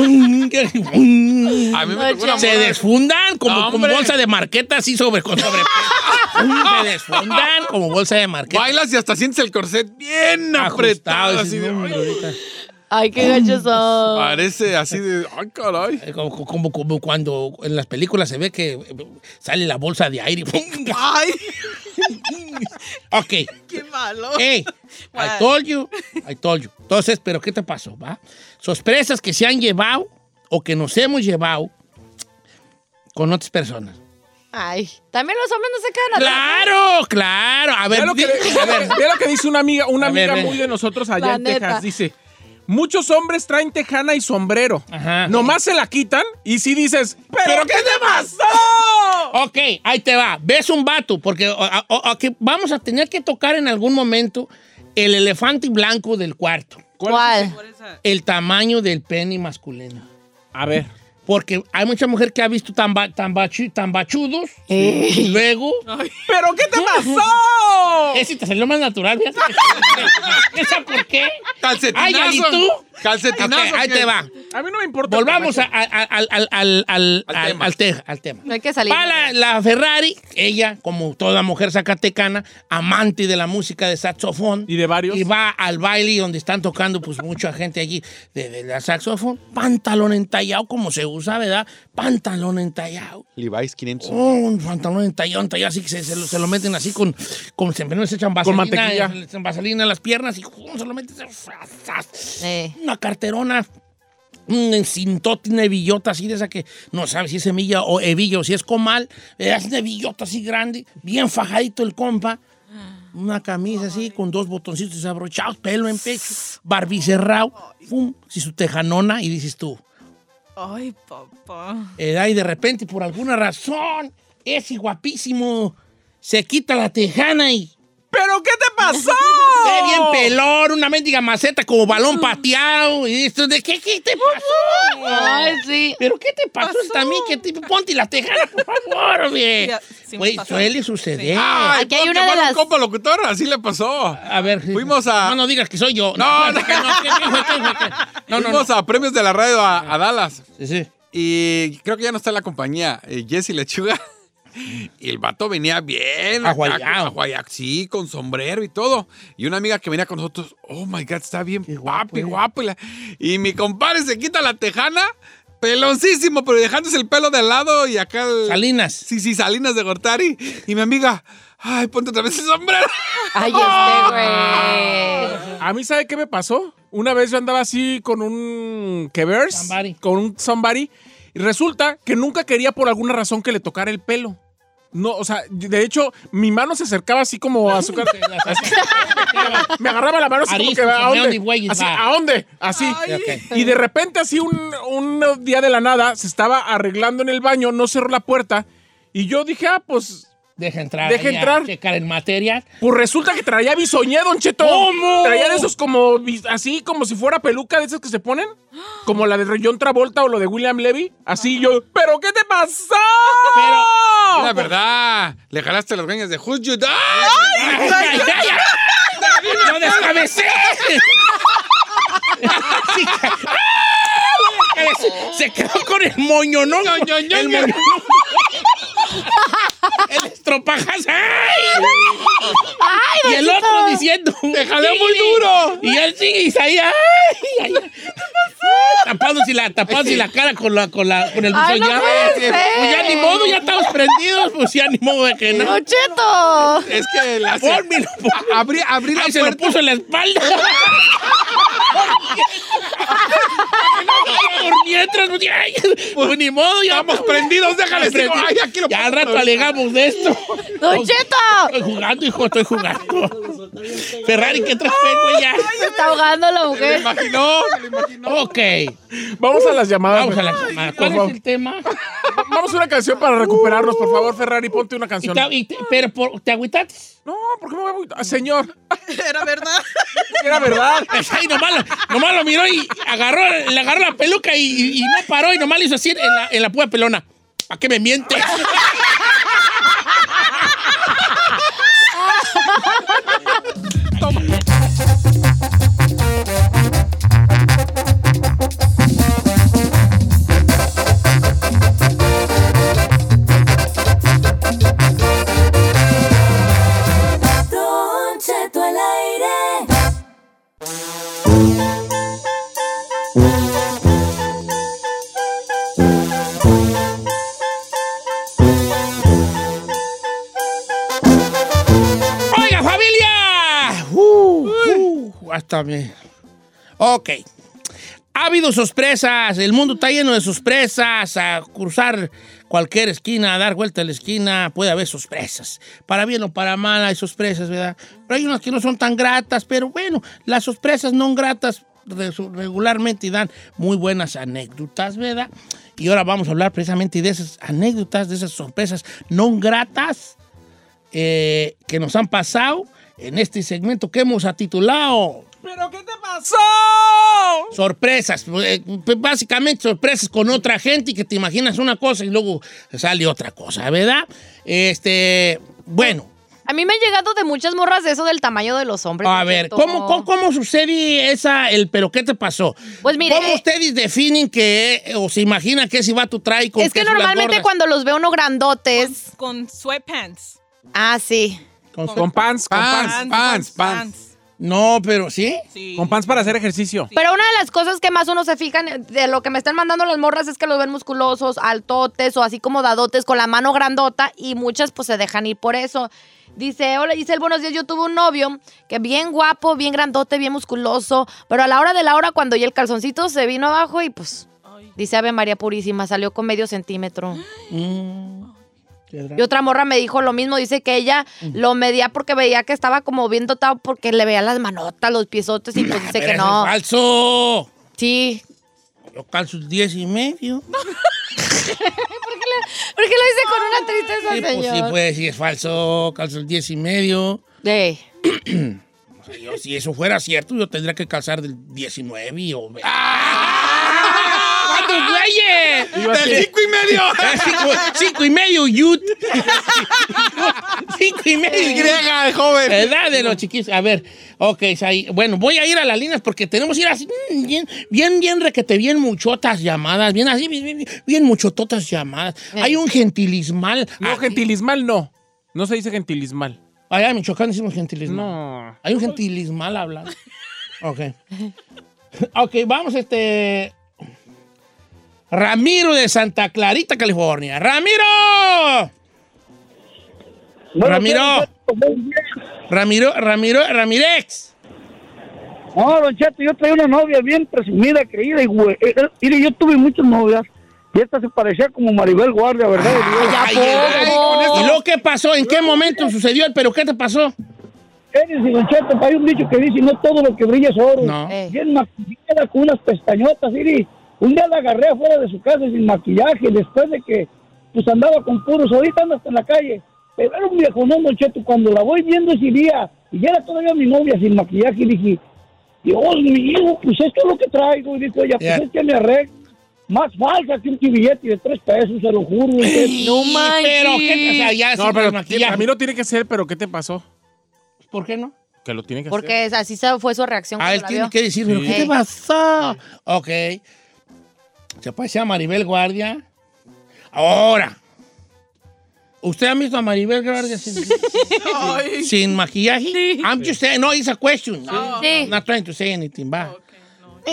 Speaker 5: mí me tocó una
Speaker 2: Se
Speaker 5: morra-
Speaker 2: desfundan como, como
Speaker 5: Hombre.
Speaker 2: bolsa de marqueta, así sobre con sobre. Mm, se desfundan como bolsa de marqueta.
Speaker 5: Bailas y hasta sientes el corset bien
Speaker 2: Ajustado,
Speaker 5: apretado. Así
Speaker 2: dices,
Speaker 5: de,
Speaker 2: no, hombre,
Speaker 5: ay,
Speaker 2: ahorita.
Speaker 3: Ay, qué gachos son.
Speaker 5: parece así de. ¡Ay, caray!
Speaker 2: Eh, Como, como- como cuando en las películas se ve que eh, sale la bolsa de aire.
Speaker 6: Ay,
Speaker 2: ok.
Speaker 6: qué malo.
Speaker 2: Hey, I told you. I told you. Entonces, ¿pero qué te pasó? Va? Sorpresas que se han llevado o que nos hemos llevado con otras personas.
Speaker 3: Ay, también los hombres no se quedan atrás.
Speaker 2: Claro, claro. A ver,
Speaker 4: Ve lo, que,
Speaker 2: di- a ver,
Speaker 4: ve lo que dice una amiga, una
Speaker 2: A ver,
Speaker 4: amiga
Speaker 2: ve.
Speaker 4: muy de nosotros allá
Speaker 3: La
Speaker 4: en
Speaker 3: neta.
Speaker 4: Texas. Dice: Muchos hombres traen tejana y sombrero.
Speaker 2: Ajá.
Speaker 4: Nomás se la quitan y si dices, ¿pero, qué, te pasó?
Speaker 2: Ok, ahí te va. Ves un vato, porque o- o- o- que vamos a tener que tocar en algún momento el elefante blanco del cuarto,
Speaker 3: ¿Cuál?
Speaker 6: Por esa-
Speaker 2: el tamaño del pene masculino.
Speaker 4: A ver.
Speaker 2: Porque hay mucha mujer que ha visto tan, ba- tan, bachu- tan bachudos, y luego...
Speaker 4: ¿Pero qué te pasó?
Speaker 2: Ese te salió más natural, fíjate. ¿Esa por qué? Ay,
Speaker 5: ¡Calcetinazo!
Speaker 2: ¿y tú? Ok,
Speaker 5: ¡Calcetinazo!
Speaker 2: ahí
Speaker 5: ¿qué?
Speaker 2: te va.
Speaker 4: A mí no me importa. el
Speaker 2: Volvamos a-
Speaker 4: tamaño.
Speaker 2: a- a- al, al, al, al,
Speaker 5: Al
Speaker 2: al-
Speaker 5: tema.
Speaker 2: al te- al tema.
Speaker 3: No hay que salir.
Speaker 2: Va la, la Ferrari, ella, como toda mujer zacatecana, amante de la música de saxofón.
Speaker 4: Y de varios.
Speaker 2: Y va al baile donde están tocando, pues, mucha gente allí de, de la saxofón. Pantalón entallado, como se usa, ¿verdad? Pantalón entallado.
Speaker 5: Levi's 500.
Speaker 2: Oh, un pantalón entallado, entallado, así que se, se lo, se lo meten así con, con siempre no se echan vaselina,
Speaker 4: mantequilla.
Speaker 2: eh, le echan vaselina en las piernas y ¡pum! se lo meten. se-
Speaker 3: Eh.
Speaker 2: Una carterona, un encintote, una hebillota así de esa que no sabes si es semilla o hebilla o si es comal. eh, Es una hebillota así grande, bien fajadito el compa. Una camisa así con dos botoncitos desabrochados, pelo en pecho, barbicerrao, pum, si su tejanona y dices tú,
Speaker 6: Ay, papá.
Speaker 2: edad y de repente por alguna razón ese guapísimo se quita la tejana y
Speaker 4: ¿Pero qué te pasó?
Speaker 2: ve bien pelón, una mendiga maceta como balón pateado y esto de qué, qué te pasó.
Speaker 3: Ay, sí.
Speaker 2: Pero qué te pasó, también que te ponte la tejana, por favor, güey.
Speaker 6: Ya, sí me
Speaker 2: Güey,
Speaker 6: pasó.
Speaker 2: suele suceder.
Speaker 5: ¡Ay,
Speaker 3: Aquí hay
Speaker 5: no,
Speaker 3: una
Speaker 5: qué
Speaker 3: de
Speaker 5: mal un
Speaker 3: las-
Speaker 5: compa locutor! Así le pasó.
Speaker 2: A ver,
Speaker 5: Fuimos a-
Speaker 2: No, no digas que soy yo.
Speaker 5: No,
Speaker 2: no, que no, que- que- que- que- no, no, no.
Speaker 5: Fuimos a premios de la radio a, a Dallas.
Speaker 2: Sí, sí.
Speaker 5: Y creo que ya no está en la compañía. eh, Jesse Lechuga. Y el vato venía bien. acá,
Speaker 2: Aguayao.
Speaker 5: aguayao, Sí, con sombrero y todo. Y una amiga que venía con nosotros. Oh my God, está bien
Speaker 2: guapo,
Speaker 5: guapo y
Speaker 2: eh.
Speaker 5: guapo. Y la- Y mi compadre se quita la tejana. Peloncísimo, pero dejándose el pelo de lado y acá. el-
Speaker 2: Salinas.
Speaker 5: Sí, sí, Salinas de Gortari. Y mi amiga. Ay, ponte otra vez el sombrero.
Speaker 3: Ay,
Speaker 2: ¡Oh!
Speaker 3: este, güey.
Speaker 4: A mí, ¿sabe qué me pasó? Una vez yo andaba así con un Kevers,
Speaker 2: Somebody.
Speaker 4: con un somebody, y resulta que nunca quería por alguna razón que le tocara el pelo. No, o sea, de hecho, mi mano se acercaba así como a su cara. Así. Me agarraba la mano así como
Speaker 2: Arisco,
Speaker 4: que, ¿a
Speaker 2: Simeón y
Speaker 4: dónde?
Speaker 2: Güeyes,
Speaker 4: Así,
Speaker 2: va.
Speaker 4: ¿a dónde? Así.
Speaker 2: Ok.
Speaker 4: Y de repente, así un, un día de la nada, se estaba arreglando en el baño, no cerró la puerta. Y yo dije, ah, pues,
Speaker 2: Deja entrar.
Speaker 4: Deja
Speaker 2: ahí a
Speaker 4: entrar.
Speaker 2: Checar en materias.
Speaker 4: pues resulta que traía bisoñé, Don Cheto.
Speaker 2: ¿Cómo?
Speaker 4: Traía de esos como, bis- así como si fuera peluca de esas que se ponen. Como la de John Travolta o lo de William Levy. Así yo, ¿pero qué te pasó?
Speaker 2: Pero-
Speaker 5: La verdad, le jalaste las greñas de Who's You Dog.
Speaker 2: ¡Ay, ay, ay! ay! ¡Lo descabecé! Sí, ca- ¡Ah! Se quedó con el moño, ¿no?
Speaker 5: Ño, ño, ño,
Speaker 2: El
Speaker 5: ño.
Speaker 2: moño. El estropajas. ¡Ay! y el otro diciendo.
Speaker 5: Te jalé muy duro.
Speaker 2: Y él sí, ahí. ¡Ay! ay, ay. Tapándose la, tapándose la cara con, la, con, la, con el buzo
Speaker 3: Ay, no
Speaker 2: ya.
Speaker 3: puede
Speaker 2: Pues
Speaker 3: ser.
Speaker 2: ya ni modo, ya estamos prendidos. Pues ya ni modo de que no.
Speaker 3: ¡No, Cheto!
Speaker 5: Es que la
Speaker 2: Pónmelo, por-
Speaker 5: abrí, abrí la
Speaker 2: Ay, se lo
Speaker 5: puerta.
Speaker 2: puso en la espalda. Ay, Por mientras, pues, ay, pues, ni modo, ya
Speaker 5: Estamos prendidos, déjales. digo,
Speaker 2: Prendido.
Speaker 5: Ay, aquí lo
Speaker 2: ya al
Speaker 5: pongo
Speaker 2: rato
Speaker 5: otra vez.
Speaker 2: alegamos de esto.
Speaker 3: ¡Don Cheto!
Speaker 2: Estoy jugando, hijo, estoy jugando. Ferrari, ¿qué traes, güey? Ya.
Speaker 3: Se está ahogando la
Speaker 5: Se lo
Speaker 3: mujer.
Speaker 5: imaginó, se lo imaginó.
Speaker 2: Ok,
Speaker 4: Vamos a las llamadas.
Speaker 2: vamos a la
Speaker 4: Fer-
Speaker 2: llamada.
Speaker 4: por
Speaker 2: ¿Cuál es
Speaker 4: favor.
Speaker 2: el tema?
Speaker 4: Vamos a una canción para recuperarnos, por favor, Ferrari, ponte una
Speaker 2: Y
Speaker 4: canción.
Speaker 2: ta- y te- pero, por- ¿te agüitas?
Speaker 4: No, ¿por qué me voy a agüitar? Señor,
Speaker 6: Era verdad.
Speaker 4: era verdad.
Speaker 2: Ay, Pues, nomás, lo, nomás lo miró y agarró, le agarró la peluca y, y- y no paró y nomás le hizo así en la, en la púa pelona. ¿Para qué me mientes?
Speaker 9: Don Cheto al aire.
Speaker 2: ¡Oiga, familia! Uh, uh, hasta me... Ok. Ha habido sorpresas, el mundo está lleno de sorpresas. A cruzar cualquier esquina, a dar vuelta a la esquina, puede haber sorpresas. Para bien o para mal hay sorpresas, ¿verdad? Pero hay unas que no son tan gratas, pero bueno, las sorpresas no gratas re- regularmente dan muy buenas anécdotas, ¿verdad? Y ahora vamos a hablar precisamente de esas anécdotas, de esas sorpresas no gratas eh, que nos han pasado en este segmento que hemos atitulado
Speaker 4: ¿Pero qué te pasó?
Speaker 2: Sorpresas, eh, pues, básicamente sorpresas con otra gente y que te imaginas una cosa y luego sale otra cosa, ¿verdad? Este, bueno,
Speaker 3: A mí me han llegado de muchas morras de eso del tamaño de los hombres.
Speaker 2: a
Speaker 3: Don
Speaker 2: ver,
Speaker 3: Cheto.
Speaker 2: ¿cómo, cómo, cómo sucede esa, el pero qué te pasó?
Speaker 3: Pues mire,
Speaker 2: ¿Cómo
Speaker 3: eh,
Speaker 2: ustedes definen que, eh, o se imaginan que ese vato trae con
Speaker 3: Es que
Speaker 2: queso las
Speaker 3: normalmente
Speaker 2: gordas?
Speaker 3: cuando los veo uno grandotes.
Speaker 6: Con sweatpants.
Speaker 3: Ah, sí.
Speaker 2: Con su-
Speaker 4: Con pants, con pants.
Speaker 5: Pants, pants, pants.
Speaker 2: No, pero ¿sí?
Speaker 6: Sí.
Speaker 4: Con pants para hacer ejercicio.
Speaker 3: Pero una de las cosas que más uno se fijan de lo que me están mandando las morras es que los ven musculosos, altotes o así como dadotes con la mano grandota y muchas pues se dejan ir por eso. Dice, hola Giselle, buenos días, yo tuve un novio que bien guapo, bien grandote, bien musculoso, pero a la hora de la hora cuando ya el calzoncito se vino abajo y pues... Dice Ave María Purísima, salió con medio centímetro.
Speaker 2: Mm, ¿verdad?
Speaker 3: Y otra morra me dijo lo mismo, dice que ella lo medía porque veía que estaba como bien dotado porque le veía las manotas, los piesotes y pues dice
Speaker 2: Pero
Speaker 3: que
Speaker 2: eso
Speaker 3: no.
Speaker 2: es falso.
Speaker 3: Sí,
Speaker 2: Yo calzo 10 y medio.
Speaker 3: ¿Por qué lo dice con
Speaker 2: Sí,
Speaker 3: una tristeza,
Speaker 2: pues
Speaker 3: señor?
Speaker 2: sí, pues sí, es falso. Calzo el 10 y medio.
Speaker 3: Ey.
Speaker 2: O sea, yo, si eso fuera cierto, yo tendría que calzar del 19 o... ¿Cuántos güeyes?
Speaker 4: Iba así.
Speaker 5: ¡Del cinco y medio!
Speaker 2: Ah, Cinco, cinco y medio, yut. Cinco y medio,
Speaker 5: Y
Speaker 2: yut.
Speaker 5: griega, joven.
Speaker 2: ¿Verdad? De los chiquis. A ver, ok, Saí. Bueno, voy a ir a las líneas porque tenemos que ir así, mm, bien, bien, bien, requete, bien muchotas llamadas, bien así, bien, bien, bien muchototas llamadas. Hay un gentilismal.
Speaker 4: No,
Speaker 2: aquí.
Speaker 4: gentilismal no. No se dice gentilismal.
Speaker 2: Allá en Michoacán decimos gentilismal.
Speaker 4: No.
Speaker 2: Hay un gentilismal hablando. Ok. Ok, vamos, este. Ramiro de Santa Clarita, California. ¡Ramiro! Ramiro. Ramiro, Ramiro, Ramírez.
Speaker 7: No, don Cheto, yo traía una novia bien presumida, creída y güey. eh, eh, Mire, yo tuve muchas novias y esta se parecía como Maribel Guardia, ¿verdad?
Speaker 2: Ay, ay, ay, ¿Y
Speaker 5: con
Speaker 2: luego qué pasó? ¿En qué momento sucedió el pero qué te pasó?
Speaker 10: Eres Don Cheto, hay un dicho que dice, no todo lo que brilla es oro.
Speaker 2: No.
Speaker 3: Eh.
Speaker 10: Bien maquillada con unas pestañotas, Iri. Un día la agarré afuera de su casa sin maquillaje, después de que pues andaba con puros, ahorita anda hasta en la calle. Pero era un viejo, no, Don Cheto, cuando la voy viendo ese día, y ya era todavía mi novia sin maquillaje, y dije, Dios mío, pues esto es lo que traigo. Y dijo ella, pues
Speaker 2: Ya.
Speaker 10: es que me arreglo. Más falsa que un billete de tres pesos, se lo juro. Don Cheto.
Speaker 3: No manches.
Speaker 2: Pero qué te- o sea, ya
Speaker 4: No,
Speaker 2: sin
Speaker 4: pero
Speaker 2: maquillaje.
Speaker 4: a mí no tiene que ser, pero ¿qué te pasó?
Speaker 2: ¿Por qué no?
Speaker 4: Que lo tiene que hacer.
Speaker 3: Porque así se- fue su reacción
Speaker 2: Ah, él
Speaker 3: cuando la
Speaker 2: tiene
Speaker 3: vio.
Speaker 2: que decir, pero
Speaker 4: Sí.
Speaker 2: ¿qué te
Speaker 3: Ey.
Speaker 2: pasó? Ok. Se parece a Maribel Guardia. Ahora. ¿Usted ha visto a Maribel Guardia sin, sin- sin maquillaje? I'm just saying, no, it's a question.
Speaker 3: Sí.
Speaker 2: I'm not trying to say anything, va.
Speaker 3: Mire,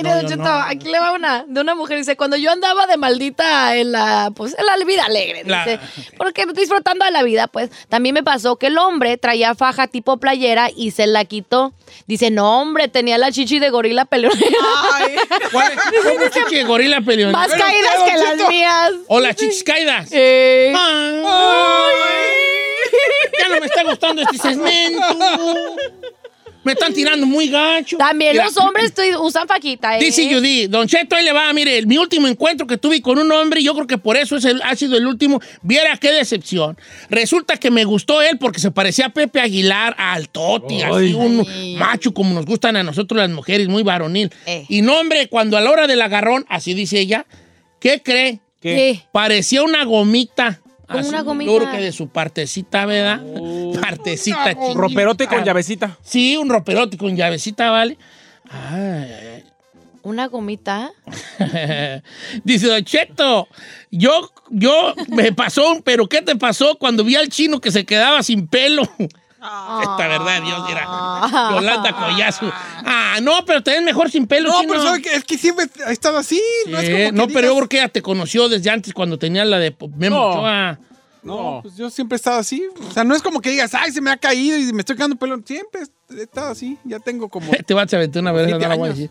Speaker 2: No,
Speaker 3: Don
Speaker 2: yo
Speaker 3: Cheto,
Speaker 2: no.
Speaker 3: aquí le va una de una mujer. Dice, cuando yo andaba de maldita en la, pues, en la vida alegre,
Speaker 2: La-
Speaker 3: dice, porque disfrutando de la vida, pues, también me pasó que el hombre traía faja tipo playera y se la quitó. Dice, no, hombre, tenía la chichi de gorila peleonera.
Speaker 2: Ah,
Speaker 6: Ay.
Speaker 2: ¿Cuál es? ¿Cómo chichi de gorila peleón?
Speaker 3: Más caídas que las mías.
Speaker 2: O las chichis caídas.
Speaker 3: Eh,
Speaker 2: Ya no me está gustando este segmento. Me están tirando muy gacho.
Speaker 3: También
Speaker 2: Mira,
Speaker 3: los hombres tu- usan faquita, ¿eh?
Speaker 2: Dice Judy, Don Cheto, ahí le va, mire, el- mi último encuentro que tuve con un hombre, yo creo que por eso es el- ha sido el último, viera qué decepción. Resulta que me gustó él porque se parecía a Pepe Aguilar, al Toti, así un macho como nos gustan a nosotros las mujeres, muy varonil.
Speaker 3: Eh.
Speaker 2: Y no, hombre, cuando a la hora del agarrón, así dice ella, ¿qué cree?
Speaker 3: ¿Qué?
Speaker 2: Parecía una gomita.
Speaker 3: Como
Speaker 2: Así,
Speaker 3: una gomita. Oh.
Speaker 2: Yo creo que de su partecita, ¿verdad? partecita chiquita.
Speaker 4: Roperote con llavecita.
Speaker 2: Sí, un roperote con llavecita, ¿vale? Ay, ay, ay.
Speaker 3: ¿Una gomita?
Speaker 2: Dice Don Cheto, yo, yo me pasó, un pero ¿qué te pasó cuando vi al chino que se quedaba sin pelo?
Speaker 5: Ah.
Speaker 2: Esta verdad, Dios dirá. Yolanda Collazo. Ah, no, pero te ves mejor sin pelo,
Speaker 5: No,
Speaker 2: chino.
Speaker 5: pero ¿sabe qué? es que siempre ha estado así. No, es
Speaker 2: Sí,
Speaker 5: como que
Speaker 2: no, pero yo
Speaker 5: digas-
Speaker 2: creo que ella te conoció desde antes cuando tenía la de Memo
Speaker 4: No.
Speaker 2: Ochoa.
Speaker 5: No, pues yo siempre he estado así. O sea, no es como que digas, ay, se me ha caído y me estoy quedando pelón. Siempre he estado así. Ya tengo como.
Speaker 2: Te vas a aventar una vez, no
Speaker 5: Siete
Speaker 2: la voy a
Speaker 5: años.
Speaker 2: decir.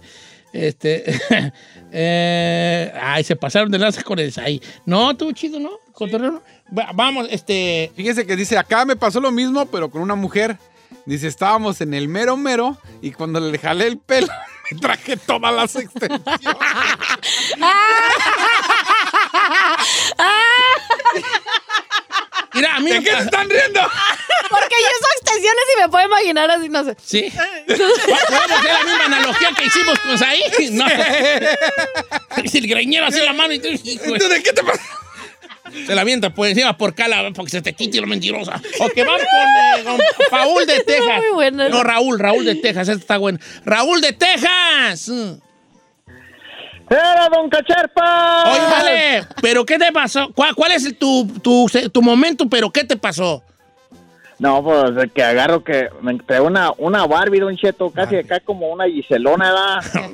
Speaker 2: Este, eh, ay, se pasaron de lanza con el ahí. No, tú chido, ¿no? Cotorreo, ¿no? Va- Vamos, este,
Speaker 5: Fíjese que dice, acá me pasó lo mismo, pero con una mujer. Dice, estábamos en el mero mero y cuando le jalé el pelo, me traje todas las extensiones.
Speaker 2: mira, a mí
Speaker 5: ¿De
Speaker 2: me
Speaker 5: qué se
Speaker 2: pa-
Speaker 5: están riendo?
Speaker 3: Porque yo uso extensiones y me puedo imaginar así, no sé.
Speaker 2: Sí. ¿Podemos hacer la misma analogía que hicimos con Saí? No. Si el greñero así la mano y tú, hijo de-
Speaker 5: ¿De qué te pasó?
Speaker 2: se la avienta por encima por cala porque se te quite lo mentirosa. O que van con, eh, con Paul de Texas.
Speaker 3: muy buena.
Speaker 2: No, Raúl, Raúl de Texas, esta está buena. Raúl de Texas.
Speaker 3: Ah.
Speaker 2: Mm.
Speaker 10: ¡Era Don Cacherpa!
Speaker 2: Oye, vale, pero ¿qué te pasó? ¿Cuál, cuál es el- tu, tu, tu momento, pero qué te pasó?
Speaker 10: No, pues de que agarro que me entré una, una Barbie, don Cheto, casi acá como una Giselona, ¿verdad?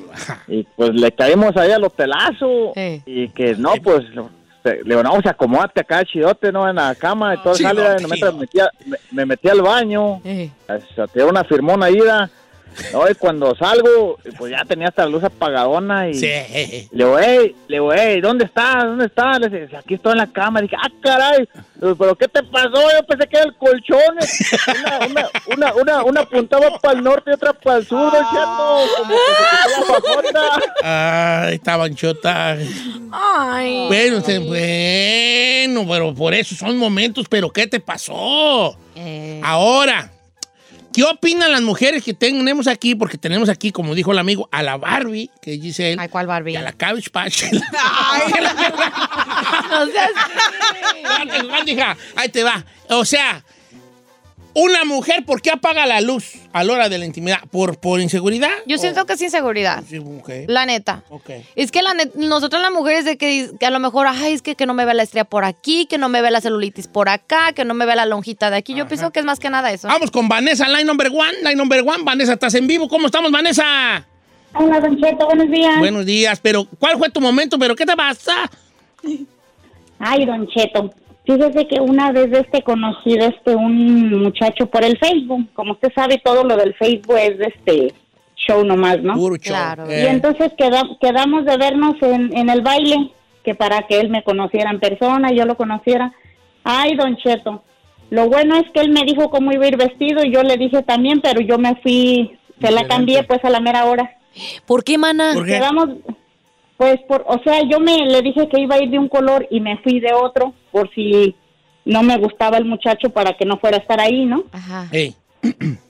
Speaker 10: y pues le caímos ahí al hotelazos.
Speaker 3: Eh.
Speaker 10: Y que no, pues lo- se- le digo, no, o sea, acomódate acá, chidote, ¿no? En la cama, entonces
Speaker 2: Chidote,
Speaker 10: sale, mientras me, metí a- me, me metí al baño,
Speaker 3: Eh.
Speaker 10: se tiró una firmona ahí, ¿verdad? No, y cuando salgo, pues ya tenía hasta la luz apagadona y...
Speaker 2: Sí. eh, eh.
Speaker 10: Le digo, hey, le digo, "Ey, ¿dónde estás? ¿Dónde estás? Le dije, aquí estoy en la cama. Dije, ah, caray, Le digo, pero ¿qué te pasó? Yo pensé que era el colchón. eh". Una, una, una, una, una apuntaba para el norte y otra para el sur, don Cheto. Como que se quitó la fajota.
Speaker 2: Ay, estaban chotas.
Speaker 3: Ay.
Speaker 2: Bueno, se- bueno, pero por eso son momentos, pero ¿qué te pasó?
Speaker 3: Eh.
Speaker 2: Ahora, ¿qué opinan las mujeres que tenemos aquí? Porque tenemos aquí, como dijo el amigo, a la Barbie, que dice él,
Speaker 3: Ay, ¿cuál Barbie?
Speaker 2: y a la Cabbage Patch.
Speaker 3: No seas-
Speaker 2: Espérate, espérate, hija. Ahí te va. O sea, una mujer, ¿por qué apaga la luz a la hora de la intimidad? ¿Por, por inseguridad? Oh,
Speaker 3: Yo siento que es inseguridad,
Speaker 2: Sí, ok.
Speaker 3: la neta.
Speaker 2: ok.
Speaker 3: Es que la net- nosotras las mujeres de que, dis- que a lo mejor, ay, es que, que no me ve la estrella por aquí, que no me ve la celulitis por acá, que no me ve la lonjita de aquí. Yo pienso que es más que nada eso.
Speaker 2: Vamos con Vanessa, line number one, line number one. Vanessa, estás en vivo. ¿Cómo estamos, Vanessa?
Speaker 8: Hola, Don Cheto, buenos días.
Speaker 2: Buenos días, pero ¿cuál fue tu momento? ¿Pero qué te pasa?
Speaker 8: Ay, Don Cheto, fíjese que una vez este conocí de este un muchacho por el Facebook. Como usted sabe, todo lo del Facebook es de este show nomás, ¿no?
Speaker 2: Puro show. Eh,
Speaker 3: Claro.
Speaker 8: Y entonces queda- quedamos de vernos en, en el baile, que para que él me conociera en persona y yo lo conociera. Ay, don Cheto, Lo bueno es que él me dijo cómo iba a ir vestido y yo le dije también, pero yo me fui, se la
Speaker 3: Diferente.
Speaker 8: cambié pues a la mera hora.
Speaker 3: ¿Por qué, mana?
Speaker 8: Porque Quedamos, pues, por, o sea, yo me le dije que iba a ir de un color y me fui de otro por si no me gustaba el muchacho para que no fuera a estar ahí, ¿no?
Speaker 3: Ajá.
Speaker 2: Ey.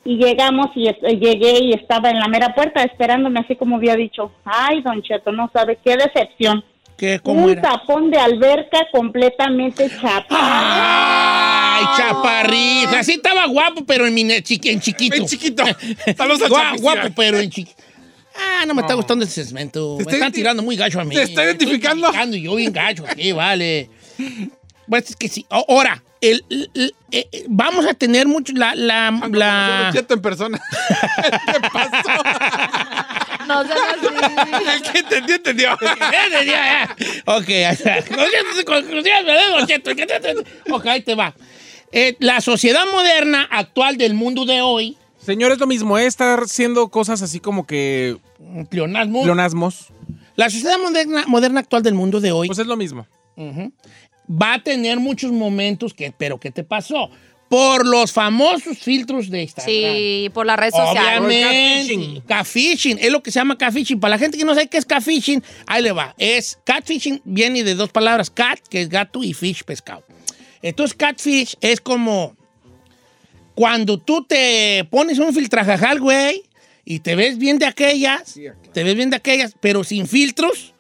Speaker 8: Y llegamos y es- eh, llegué y estaba en la mera puerta esperándome así como había dicho. Ay, don Cheto, no sabe qué decepción.
Speaker 2: ¿Qué, cómo
Speaker 8: Un
Speaker 2: era?
Speaker 8: tapón de alberca completamente chapado.
Speaker 2: Ay, chaparrito.
Speaker 8: Oh.
Speaker 2: Así estaba guapo, pero en, mi ne- chiqui- en chiquito. En chiquito.
Speaker 5: Saludos al
Speaker 2: Gua-
Speaker 5: Chapicia.
Speaker 2: guapo, pero en chiquito. Ah, no me está gustando ese segmento.
Speaker 5: Te
Speaker 2: Me
Speaker 5: está
Speaker 2: están
Speaker 5: identi-
Speaker 2: tirando muy gacho a mí.
Speaker 5: te está
Speaker 2: Me estoy
Speaker 5: identificando.
Speaker 2: identificando y yo bien gacho aquí, vale. Pues es que sí. A- Ahora, el, el- el- eh, eh, vamos a tener mucho la... la, la-
Speaker 5: Cheto en persona.
Speaker 3: No seas así.
Speaker 5: El que entendió, entendió.
Speaker 2: ok, ahí está. Conclusiones, ¿verdad, Don Cheto? ¿Qué te- ok, ahí te va. Eh, la sociedad moderna actual del mundo de hoy,
Speaker 4: Señor, es lo mismo, ¿eh? estar haciendo cosas así como que
Speaker 2: pleonasmo,
Speaker 4: leonasmos.
Speaker 2: la sociedad moderna, moderna actual del mundo de hoy
Speaker 4: Pues es lo mismo.
Speaker 2: ujú, va a tener muchos momentos que, pero ¿qué te pasó? Por los famosos filtros de Instagram.
Speaker 3: Sí, por la red social.
Speaker 2: Obviamente.
Speaker 4: catfishing.
Speaker 2: Catfishing. Es lo que se llama catfishing. Para la gente que no sabe qué es catfishing, ahí le va. Es catfishing viene de dos palabras. Cat, que es gato, y fish, pescado. Entonces, catfish es como cuando tú te pones un filtrajajal, güey, y te ves bien de aquellas, te ves bien de aquellas, pero sin filtros.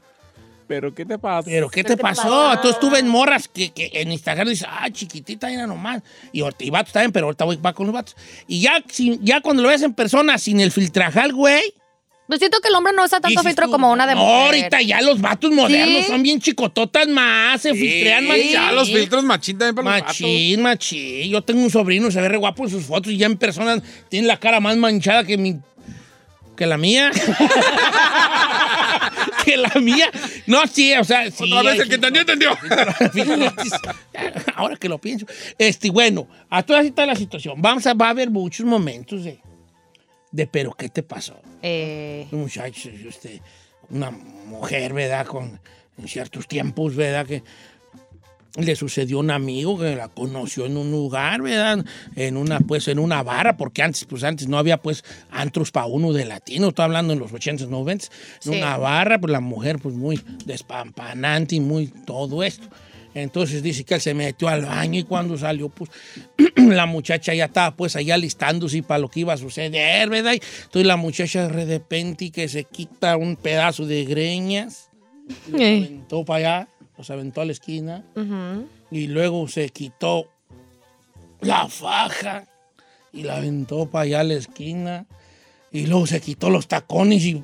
Speaker 4: Pero ¿qué te pasa?
Speaker 2: ¿Pero qué te pasó? Entonces tú ves morras que, que en Instagram dices, ah, chiquitita, era nomás. Y, ahorita- y vatos también, pero ahorita voy va con los vatos. Y ya, sin- ya cuando lo ves en persona, sin el filtrajal, güey.
Speaker 3: Pues siento que el hombre no usa tanto
Speaker 2: dices
Speaker 3: filtro
Speaker 2: tú,
Speaker 3: como una de
Speaker 2: "No,
Speaker 3: mujer.
Speaker 2: ahorita ya los vatos modernos
Speaker 3: Sí.
Speaker 2: son bien chicototas más, se filtrean más.
Speaker 5: Ya los filtros machín también para los vatos.
Speaker 2: Machín, machín. Yo tengo un sobrino, se ve re guapo en sus fotos y ya en persona tiene la cara más manchada que mi. que la mía. que la mía. No, sí, o sea. sí,
Speaker 5: Otra vez
Speaker 2: hay
Speaker 5: el que
Speaker 2: filtros.
Speaker 5: entendió, entendió.
Speaker 2: Fíjate, Ahora que lo pienso. Este, bueno, a todas está la situación. Vamos a, va a haber muchos momentos de, de pero ¿qué te pasó?
Speaker 3: Eh,
Speaker 2: Muchachos, usted, una mujer, ¿verdad? Con en ciertos tiempos, ¿verdad? Que le sucedió a un amigo que la conoció en un lugar, ¿verdad? En una, pues, en una barra, porque antes, pues antes no había, pues, antros para uno de latino, estoy hablando en los 80s, 90s, en
Speaker 3: Sí.
Speaker 2: una barra, pues la mujer, pues muy despampanante y muy todo esto. Entonces dice que él se metió al baño y cuando salió, pues la muchacha ya estaba pues allá listándose para lo que iba a suceder, ¿verdad? Y entonces la muchacha de repente y que se quita un pedazo de greñas, los
Speaker 3: Eh.
Speaker 2: aventó para allá, los aventó a la esquina
Speaker 3: ujú.
Speaker 2: y luego se quitó la faja y la aventó para allá a la esquina y luego se quitó los tacones y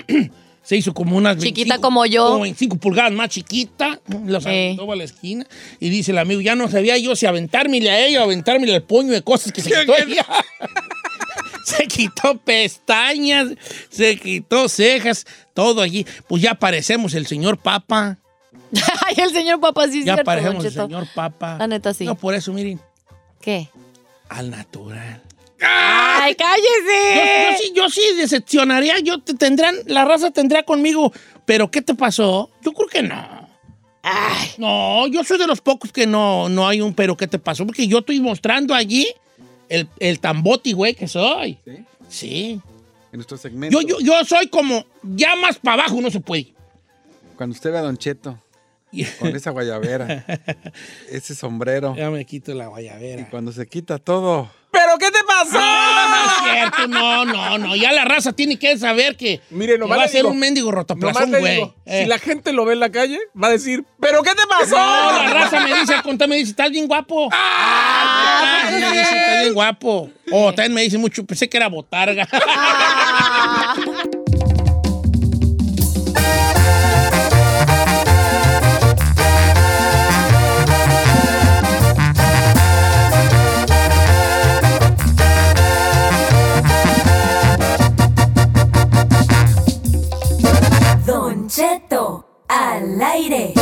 Speaker 2: se hizo como unas
Speaker 3: Chiquita como yo.
Speaker 2: como 25 pulgadas más chiquita los
Speaker 3: Eh.
Speaker 2: aventó para la esquina y dice el amigo ya no sabía yo si aventármele a ella o aventármele al puño de cosas que se quitó ella. Se quitó pestañas, se quitó cejas, todo allí. Pues ya parecemos el señor Papa.
Speaker 3: Ay, el señor papá sí es
Speaker 2: Ya
Speaker 3: cierto, don
Speaker 2: parecemos el
Speaker 3: Cheto.
Speaker 2: señor Papa.
Speaker 3: La neta, sí.
Speaker 2: No, por eso, miren,
Speaker 3: ¿Qué?
Speaker 2: al natural.
Speaker 3: ¡Ay,
Speaker 2: Yo,
Speaker 3: cállese!
Speaker 2: yo sí, yo sí decepcionaría, yo te tendrán, la raza tendrá conmigo, pero ¿qué te pasó? Yo creo que no.
Speaker 3: Ay,
Speaker 2: No, yo soy de los pocos que no, no hay un pero ¿qué te pasó? Porque yo estoy mostrando allí el, el tamboti, güey, que soy.
Speaker 5: ¿Sí?
Speaker 2: Sí.
Speaker 5: En nuestro segmento.
Speaker 2: Yo, yo, yo soy como, ya más para abajo no se puede.
Speaker 5: Cuando usted ve a Don Cheto
Speaker 2: Y-
Speaker 5: con esa guayabera, ese sombrero,
Speaker 2: ya me quito la
Speaker 5: y
Speaker 2: guayabera.
Speaker 5: cuando se quita todo.
Speaker 4: ¿Pero qué te pasó?
Speaker 2: No, no es cierto, no, no, no. Ya la raza tiene que saber que,
Speaker 4: Mire,
Speaker 2: que
Speaker 4: nomás
Speaker 2: va a
Speaker 4: le
Speaker 2: ser
Speaker 4: digo-
Speaker 2: un mendigo
Speaker 4: Nomás
Speaker 2: rotoplazón,
Speaker 4: le
Speaker 2: güey.
Speaker 4: digo,
Speaker 2: Eh.
Speaker 4: si la gente lo ve en la calle, va a decir, ¿pero qué te pasó?
Speaker 2: No, la raza me dice, al contar me dice, estás bien guapo. Ah, me dice, estás bien guapo. O también me dice mucho, pensé que era botarga.
Speaker 9: Don Cheto al aire.